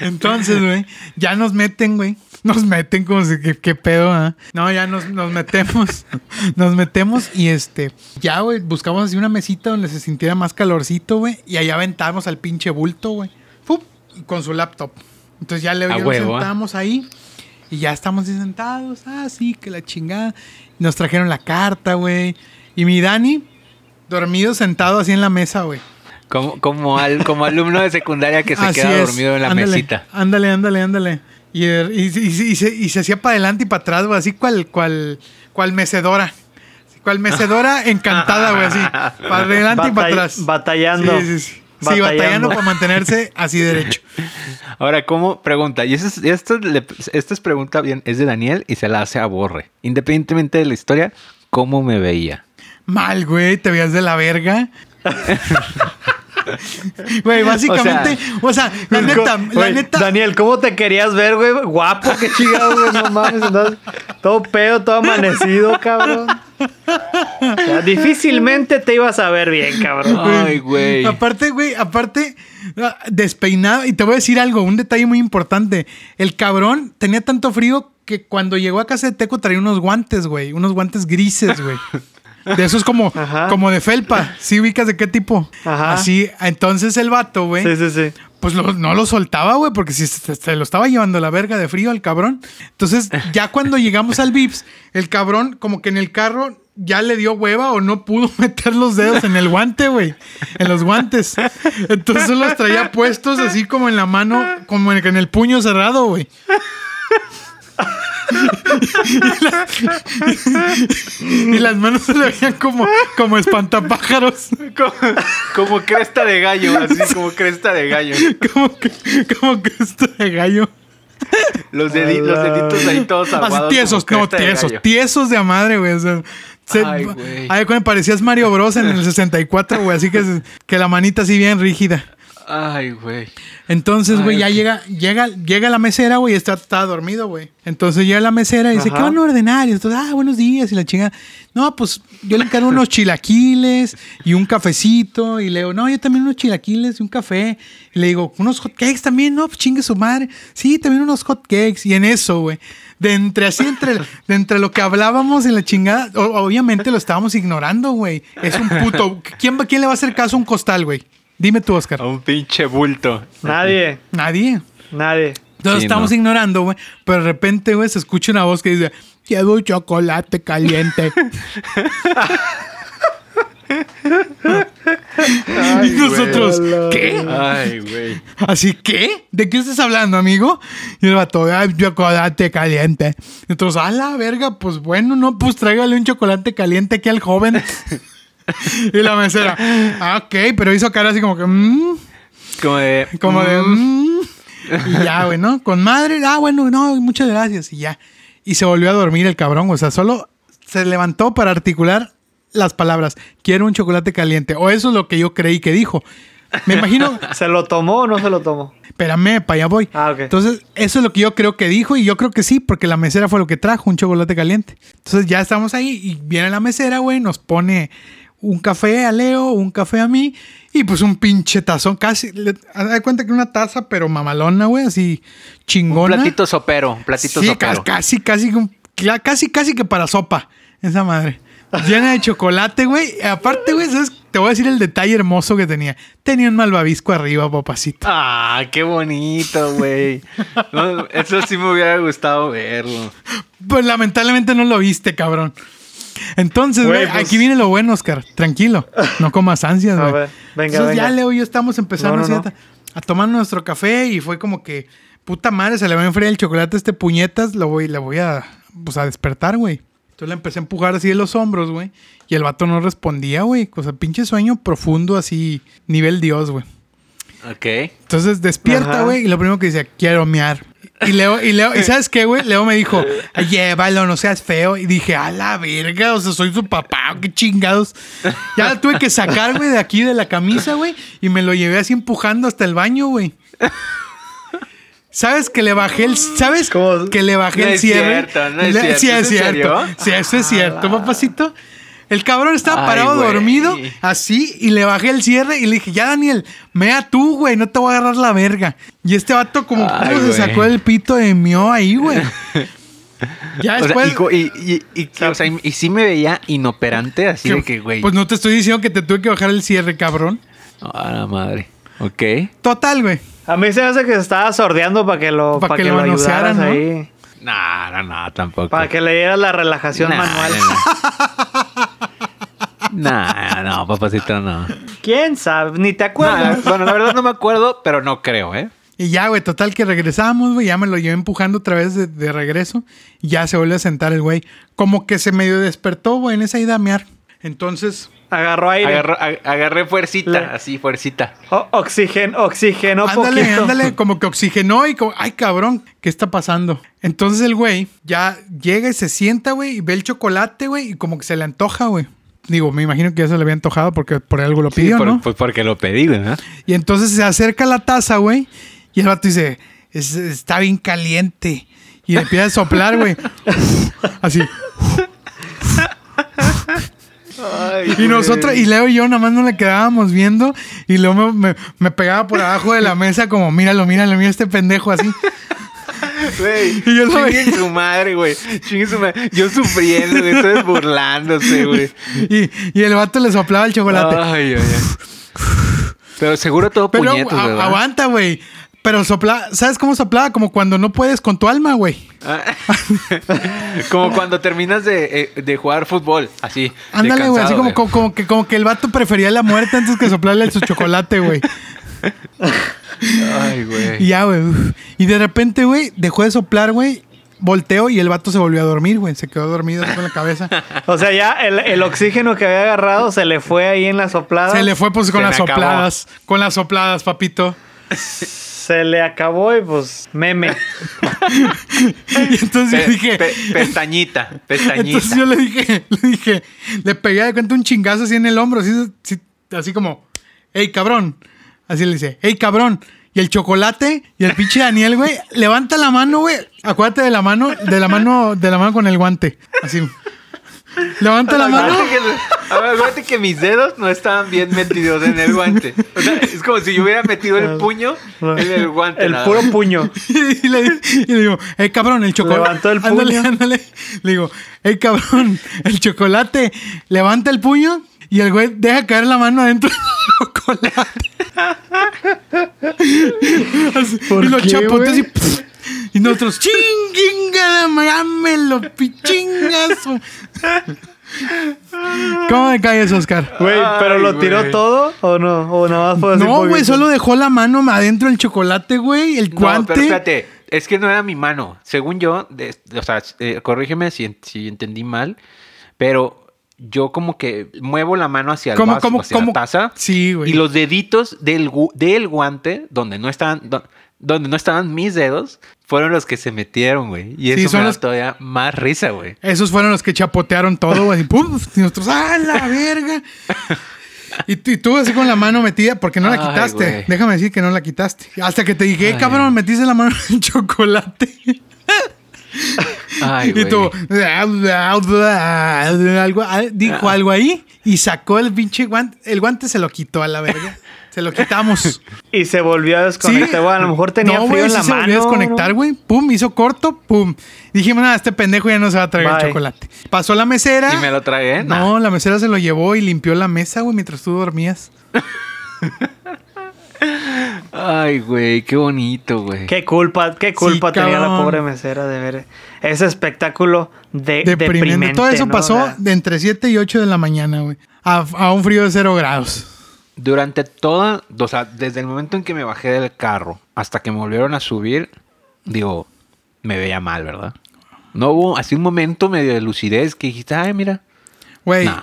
S4: Entonces, güey, ya nos meten, güey. Nos meten como si, ¿qué, qué pedo, ah? No, ya nos, nos metemos. Nos metemos y este, ya, güey, buscamos así una mesita donde se sintiera más calorcito, güey. Y allá aventamos al pinche bulto, güey. ¡Fup! y Con su laptop. Entonces ya le
S8: A
S4: y yo nos
S8: huevo, ah.
S4: sentamos ahí. Y ya estamos ahí sentados. Ah, sí, que la chingada. Nos trajeron la carta, güey. Y mi Dani, dormido sentado así en la mesa, güey.
S8: Como, como, al, como alumno de secundaria que se
S4: Así
S8: queda
S4: es.
S8: dormido en la
S4: Ándale,
S8: mesita.
S4: Ándale, ándale, ándale. Y, er- y- y- y- y se, y se hacía para adelante y para atrás, güey, así cual, cual, cual mecedora. Cual mecedora encantada, güey, así. Para adelante y para
S5: Batall-
S4: atrás.
S5: batallando.
S4: Sí, sí, sí. Sí, batallando
S5: Batallando.
S4: para mantenerse así derecho.
S8: Ahora, ¿cómo? Pregunta. Y esta es, esto le- esta es pregunta bien, es de Daniel y se la hace a Borre. Independientemente de la historia, ¿cómo me veía?
S4: Mal, güey, te veías de la verga. Güey, básicamente, o sea, la neta, la
S5: Güey,
S4: neta,
S5: Daniel, ¿cómo te querías ver, güey? Guapo, qué chingado, güey. No mames, andas todo pedo, todo amanecido, cabrón. O sea, difícilmente te ibas a ver bien, cabrón.
S8: Ay, güey.
S4: Aparte, güey, aparte, ah, despeinado. Y te voy a decir algo, un detalle muy importante. El cabrón tenía tanto frío que cuando llegó a casa de Teco traía unos guantes, güey. Unos guantes grises, güey. De esos como,
S5: Ajá.
S4: como de felpa. ¿Sí ubicas de qué tipo?
S5: Ajá.
S4: Así, entonces el vato, güey.
S5: Sí, sí, sí.
S4: Pues lo- no lo soltaba, güey, porque si se, se lo estaba llevando la verga de frío al cabrón. Entonces, ya cuando llegamos al Vips, el cabrón, como que en el carro ya le dio hueva o no pudo meter los dedos en el guante, güey. En los guantes. Entonces los traía puestos así como en la mano, como en, en el puño cerrado, güey. Y, la- y las manos se le veían como, como espantapájaros.
S8: Como, como cresta de gallo, así como cresta de gallo.
S4: Como que, como que esto de gallo.
S8: Los, dedi- los deditos ahí todos
S4: Así
S8: aguados.
S4: tiesos,
S8: como
S4: no,
S8: cresta de
S4: tiesos,
S8: gallo.
S4: tiesos de a madre, güey. o sea, se-
S8: Ay, güey.
S4: ay, güey, parecías Mario Bros en el 64, güey. Así que, se- que la manita así bien rígida.
S8: Ay, güey.
S4: Entonces,
S8: Ay,
S4: güey, ya
S8: ok.
S4: llega, llega, llega la mesera, güey, y está, está dormido, güey. Entonces llega la mesera y dice,
S5: Ajá.
S4: ¿qué van a ordenar? Y entonces, ah, buenos días, y la chinga. No, pues yo le encargo unos chilaquiles y un cafecito. Y le digo, no, yo también unos chilaquiles y un café. Y le digo, unos hot cakes también, no, pues chingue su madre. Sí, también unos hot cakes. Y en eso, güey. De entre así, entre, de entre lo que hablábamos y la chingada, o- obviamente lo estábamos ignorando, güey. Es un puto. ¿Quién, va- ¿Quién le va a hacer caso a un costal, güey? Dime tú, Oscar.
S8: A un pinche bulto.
S5: Nadie,
S4: Nadie.
S5: nadie.
S4: Entonces
S8: Sí,
S4: estamos
S8: no.
S4: ignorando, güey. Pero de repente, güey, se escucha una voz que dice: Quiero un chocolate caliente. y nosotros, ¿qué?
S8: Ay, güey.
S4: Así, ¿qué? ¿De qué estás hablando, amigo? Y el vato, "Ay, chocolate caliente. Y nosotros, a la verga, pues bueno, no, pues tráigale un chocolate caliente aquí al joven. y la mesera, ah, ok, pero hizo cara así como que, "Mm".
S8: Como de.
S4: Como de.
S8: mm,
S4: "Mm". Y ya, güey, ¿no? Con madre. Ah, bueno, no, muchas gracias. Y ya. Y se volvió a dormir el cabrón. O sea, solo se levantó para articular las palabras. Quiero un chocolate caliente. O eso es lo que yo creí que dijo. Me imagino.
S5: ¿Se lo tomó o no se lo tomó?
S4: Espérame, para allá voy.
S5: Ah, ok.
S4: Entonces, eso es lo que yo creo que dijo. Y yo creo que sí, porque la mesera fue lo que trajo, un chocolate caliente. Entonces, ya estamos ahí. Y viene la mesera, güey, nos pone. Un café a Leo, un café a mí y pues un pinche tazón, casi. le- Haz de cuenta que una taza, pero mamalona, güey, así chingona.
S8: Platito sopero, platito
S4: Sí,
S8: sopero.
S4: ca- casi, casi, que un- cla- casi, casi que para sopa. Esa madre. Llena de chocolate, güey. Aparte, güey, ¿sabes? te voy a decir el detalle hermoso que tenía. Tenía un malvavisco arriba, papacito.
S8: Ah, qué bonito, güey. No, eso sí me hubiera gustado verlo.
S4: Pues lamentablemente no lo viste, cabrón. Entonces,
S5: Güey,
S4: güey,
S5: pues-
S4: aquí viene lo bueno, Oscar. Tranquilo. No comas ansias,
S5: A
S4: güey.
S5: ver, venga,
S4: Entonces ya
S5: venga.
S4: Leo y yo estamos empezando
S5: No, no,
S4: así
S5: no.
S4: A, a tomar nuestro café y fue como que, puta madre, se le va a enfriar el chocolate a este puñetas. Lo voy, la voy a, pues, a despertar, güey. Entonces le empecé a empujar así de los hombros, güey. Y el vato no respondía, güey. O sea, pinche sueño profundo así, nivel Dios, güey.
S8: Ok.
S4: Entonces despierta,
S5: Ajá.
S4: güey, y lo primero que dice, quiero mear. Y Leo, y Leo, ¿y sabes qué, güey? Leo me dijo, llévalo, no seas feo. Y dije, a la verga, o sea, soy su papá, qué chingados. Ya lo tuve que sacar, güey, de aquí de la camisa, güey, y me lo llevé así empujando hasta el baño, güey. ¿Sabes que le bajé el sabes
S5: ¿Cómo?
S4: que le bajé
S8: No
S4: el
S8: es
S4: cierre?
S8: cierto, no es
S4: Le-
S8: cierto,
S4: Sí
S8: ¿es
S4: es
S8: en
S4: cierto.
S8: serio? Ah.
S4: Sí, eso es cierto, papacito. El cabrón estaba
S8: Ay,
S4: parado
S8: güey.
S4: dormido, así, y le bajé el cierre y le dije, ya Daniel, mea tú, güey, no te voy a agarrar la verga. Y este vato como que
S8: Ay,
S4: se
S8: güey.
S4: sacó el pito de mío ahí, güey. Ya
S8: O sea,
S4: después...
S8: y co- y, y, y, que, o sea, y- y sí me veía inoperante, así de que, güey.
S4: Pues no te estoy diciendo que te tuve que bajar el cierre, cabrón.
S8: A la madre. Ok.
S4: Total, güey.
S5: A mí se me hace que se estaba sordeando para que lo,
S4: Pa'
S5: para
S4: que
S5: que
S4: lo
S5: lo ayudaras
S4: manosearan, ¿no?
S5: ahí.
S8: Nah, no, no, tampoco.
S5: Para que le dieras la relajación
S8: Nah,
S5: manual.
S8: No, no, no, papacito, no.
S5: ¿Quién sabe? Ni te
S8: Nah,
S5: acuerdas.
S8: bueno, la verdad no me acuerdo, pero no creo, ¿eh?
S4: Y ya, güey, total que regresamos, güey, ya me lo llevé empujando otra vez de, de regreso. Y ya se vuelve a sentar el güey. Como que se medio despertó, güey, en esa ida a mear. Entonces,
S5: Agarró aire.
S8: Agarró- ag- agarré fuercita,
S5: Le-
S8: así, fuercita.
S5: O- oxigen, oxigenó
S4: ándale,
S5: poquito.
S4: ándale, como que oxigenó y como, ay, cabrón, ¿qué está pasando? Entonces el güey ya llega y se sienta, güey, y ve el chocolate, güey, y como que se le antoja, güey. Digo, me imagino que ya se le había antojado porque por algo lo pidió,
S8: por-
S4: ¿no?
S8: Pues porque lo pedí, güey, ¿no?
S4: Y entonces se acerca la taza, güey. Y el vato dice, "Es- está bien caliente. Y le empieza a soplar, güey. Así. y nosotros, y Leo y yo nada más nos le quedábamos viendo. Y luego me, me- me pegaba por abajo de la mesa como, míralo, míralo, mira este pendejo así.
S8: Güey,
S4: Y yo lo
S8: chinguen
S4: veía.
S8: su madre, güey. Chinguen su madre. Yo sufriendo, güey. Ustedes burlándose, güey.
S4: Y, y el vato le soplaba el chocolate.
S8: Ay, ay, ay. Pero seguro todo
S4: Pero
S8: puñetos,
S4: a-
S8: güey. ¿verdad?
S4: aguanta, güey. Pero soplaba, ¿sabes cómo soplaba? Como cuando no puedes con tu alma, güey.
S8: Ah. como cuando terminas de, eh, de jugar fútbol, así. de
S4: Ándale, güey, así
S8: cansado,
S4: como, como, como que, como que el vato prefería la muerte antes que soplarle su chocolate, güey.
S8: Ay, güey.
S4: Y ya, güey. uf. Y de repente, güey, dejó de soplar, güey. Volteo y el vato se volvió a dormir, güey. Se quedó dormido así con la cabeza.
S5: O sea, ya el, el oxígeno que había agarrado se le fue ahí en la soplada.
S4: Se le fue, pues, con
S8: Se
S4: las
S8: le acabó.
S4: sopladas. Con las sopladas, papito.
S5: Se le acabó y pues meme.
S4: Y entonces yo
S8: Pe-
S4: dije...
S8: pe- pestañita, pestañita.
S4: Entonces yo le dije, le dije, le pegué de cuenta un chingazo así en el hombro, así, así, así como, hey cabrón. Así le dice, hey cabrón. Y el chocolate y el pinche Daniel, güey, levanta la mano, güey. Acuérdate de la mano, de la mano, de la mano con el guante. Así. Levanta la mano.
S8: Acuérdate que- Acuérdate que mis dedos no estaban bien metidos en el guante. O sea, es como si yo hubiera metido el puño en el guante.
S5: El
S8: nada
S5: puro
S8: más.
S5: puño.
S4: Y le, y le digo, hey cabrón, el chocolate.
S5: Levantó el
S4: Ándale,
S5: puño.
S4: ándale. Le digo, hey cabrón, el chocolate. Levanta el puño y el güey deja caer la mano adentro del chocolate. Así,
S5: ¿Por
S4: y lo
S5: qué,
S4: chapoteó
S5: güey?
S4: así. pf, Y nosotros, chinginga, dámelo, pichingazo. ¿Cómo me caes, Oscar?
S5: Güey, pero
S8: Ay,
S5: lo tiró
S8: güey.
S5: todo o no? O nada más fue así.
S4: No, güey,
S5: poquito.
S4: solo dejó la mano adentro del chocolate, güey, el
S8: No, pero
S4: guante.
S8: espérate, es que no era mi mano. Según yo, de- o sea, eh, corrígeme si, si entendí mal, pero yo como que muevo la mano hacia el
S4: ¿Cómo,
S8: vaso,
S4: cómo,
S8: hacia
S4: cómo?
S8: la taza.
S4: Sí, güey.
S8: Y los deditos del, gu- del guante, donde no estaban, do- donde no estaban mis dedos, fueron los que se metieron, güey. Y
S4: Sí,
S8: eso
S4: son
S8: me da
S4: los-
S8: todavía más risa, güey.
S4: Esos fueron los que chapotearon todo, güey. así, ¡pum! Y nosotros, ¡ah, la verga! Y, tú- y tú así con la mano metida, porque no la
S8: Ay,
S4: quitaste.
S8: güey.
S4: Déjame decir que no la quitaste. Hasta que te dije, "Eh,
S8: Ay.
S4: cabrón, metiste la mano en el chocolate.
S8: Ay,
S4: y
S8: güey.
S4: tú, "Ah, ah, ah", algo, ah, dijo algo ahí y sacó el pinche guante. El guante se lo quitó a la verga. Se lo quitamos.
S5: Y se volvió a desconectar. Bueno, a lo mejor tenía
S4: No,
S5: frío
S4: güey,
S5: en
S4: sí
S5: la
S4: se
S5: mano.
S4: volvió a desconectar, güey. Pum, hizo corto, pum. Dijimos, nada, este pendejo ya no se va a traer el
S5: Bye.
S4: chocolate. Pasó la mesera.
S8: ¿Y me lo tragué? No.
S4: No, la mesera se lo llevó y limpió la mesa, güey, mientras tú dormías.
S8: Ay, güey, qué bonito, güey.
S5: Qué culpa, qué culpa tenía la
S4: cabrón.
S5: pobre mesera de ver ese espectáculo
S8: Eh,
S5: de,
S4: Deprimente.
S5: deprimente.
S4: Todo eso
S5: ¿no?
S4: pasó
S5: O sea,
S4: de entre 7 y 8 de la mañana, güey. A, a un frío de 0 grados.
S8: Durante toda, o sea, desde el momento en que me bajé del carro hasta que me volvieron a subir, digo, me veía mal, ¿verdad? No hubo así un momento medio de lucidez que dijiste, ay, mira,
S4: Güey,
S8: Nah.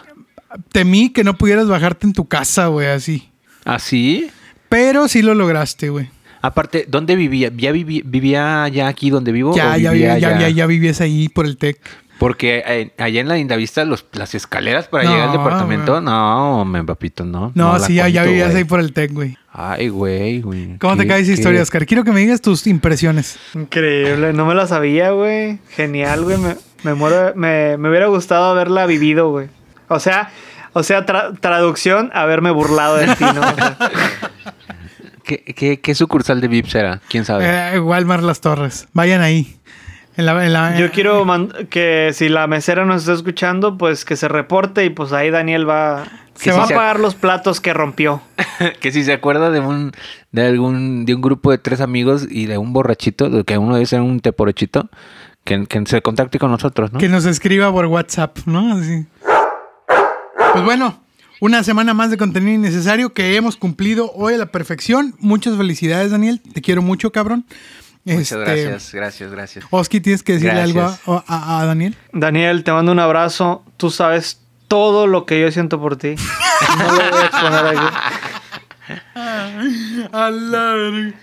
S4: temí que no pudieras bajarte en tu casa, güey, así.
S8: así.
S4: Pero sí lo lograste, güey.
S8: Aparte, ¿dónde vivía? ¿Ya vivi- vivía ya aquí donde vivo?
S4: Ya,
S8: o
S4: ya,
S8: Oh, vivía
S4: vi- ya,
S8: allá?
S4: ya, ya vivías ahí por el TEC.
S8: Porque eh, allá en la Indavista los, las escaleras para
S4: No,
S8: llegar al departamento, no, hombre, papito, no.
S4: No,
S8: la
S4: sí, ya, ya
S8: cuento,
S4: vivías
S8: güey.
S4: ahí por el TEC, güey.
S8: Ay, güey, güey.
S4: ¿Cómo te
S8: qué-
S4: cae esa historia,
S8: qué-
S4: Oscar? Quiero que me digas tus impresiones.
S5: Increíble, no me la sabía, güey. Genial, güey. Me, me muero, me, me hubiera gustado haberla vivido, güey. O sea, o sea, tra- traducción, haberme burlado de ti, ¿no? O sea,
S8: ¿Qué, qué- qué sucursal de VIP será? ¿Quién sabe?
S4: Eh, Walmart Las Torres. Vayan ahí. En la- en la-
S5: yo quiero man- que si la mesera nos está escuchando, pues que se reporte y pues ahí Daniel va.
S4: Se
S5: Se
S4: va
S5: va
S4: a-
S5: a pagar los platos que rompió.
S8: que si se acuerda de un de algún de un grupo de tres amigos y de un borrachito, de que uno de ellos era un teporochito, que, que se contacte con nosotros, ¿no?
S4: Que nos escriba por WhatsApp, ¿no? Así. Pues bueno, Una semana más de contenido innecesario que hemos cumplido hoy a la perfección. Muchas felicidades, Daniel. Te quiero mucho, cabrón.
S8: Muchas
S4: Este,
S8: gracias, gracias, gracias.
S4: Oski, tienes que decirle
S8: Gracias.
S4: algo a, a- a Daniel.
S6: Daniel, te mando un abrazo. Tú sabes todo lo que yo siento por ti. No lo voy a exponer aquí.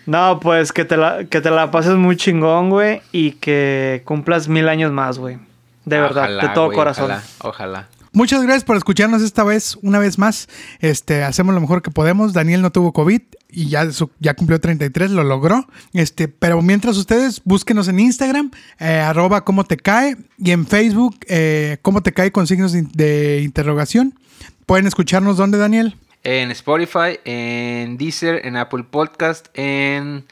S6: No, pues que te la, que te la pases muy chingón, güey. Y que cumplas mil años más, güey. De verdad,
S8: Ojalá,
S6: de todo
S8: güey,
S6: corazón.
S8: Ojalá, ojalá.
S4: Muchas gracias por escucharnos esta vez, una vez más. Este, hacemos lo mejor que podemos. Daniel no tuvo COVID y ya, su- ya cumplió 33, lo logró. Este, pero mientras ustedes, búsquenos en Instagram, eh, arroba cómo te cae, y en Facebook, eh, cómo te cae con signos de in- de interrogación. Pueden escucharnos donde, Daniel.
S8: En Spotify, en Deezer, en Apple Podcast, en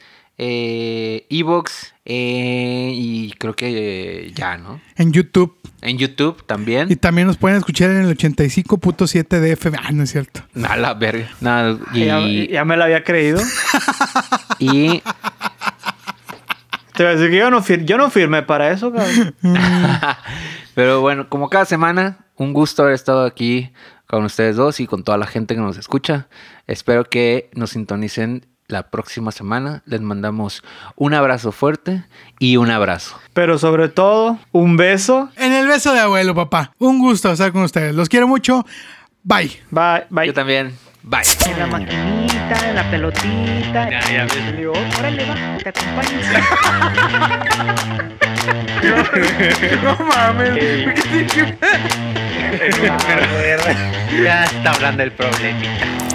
S8: eh, Evox eh, y creo que eh, ya, ¿no?
S4: En YouTube.
S8: En YouTube
S4: Y
S8: también.
S4: también nos pueden escuchar en el 85.7 de FM. Ah, no es cierto.
S8: A la verga. No, y,
S6: Ya, ya me la había creído.
S8: y-
S6: Te voy a decir que yo no, fir- yo no firmé para eso, cabrón.
S8: pero bueno, como cada semana, un gusto haber estado aquí con ustedes dos y con toda la gente que nos escucha. Espero que nos sintonicen la próxima semana. Les mandamos un abrazo fuerte y un abrazo.
S6: Pero sobre todo, un beso.
S4: En el beso de abuelo, papá. Un gusto estar con ustedes. Los quiero mucho. Bye.
S6: Bye, bye.
S8: Yo también. Bye.
S9: En la maquinita, en la pelotita.
S10: Ya, ya ves.
S9: Le digo, órale, va, te acompaño. Eh,
S10: Ya está hablando el problema.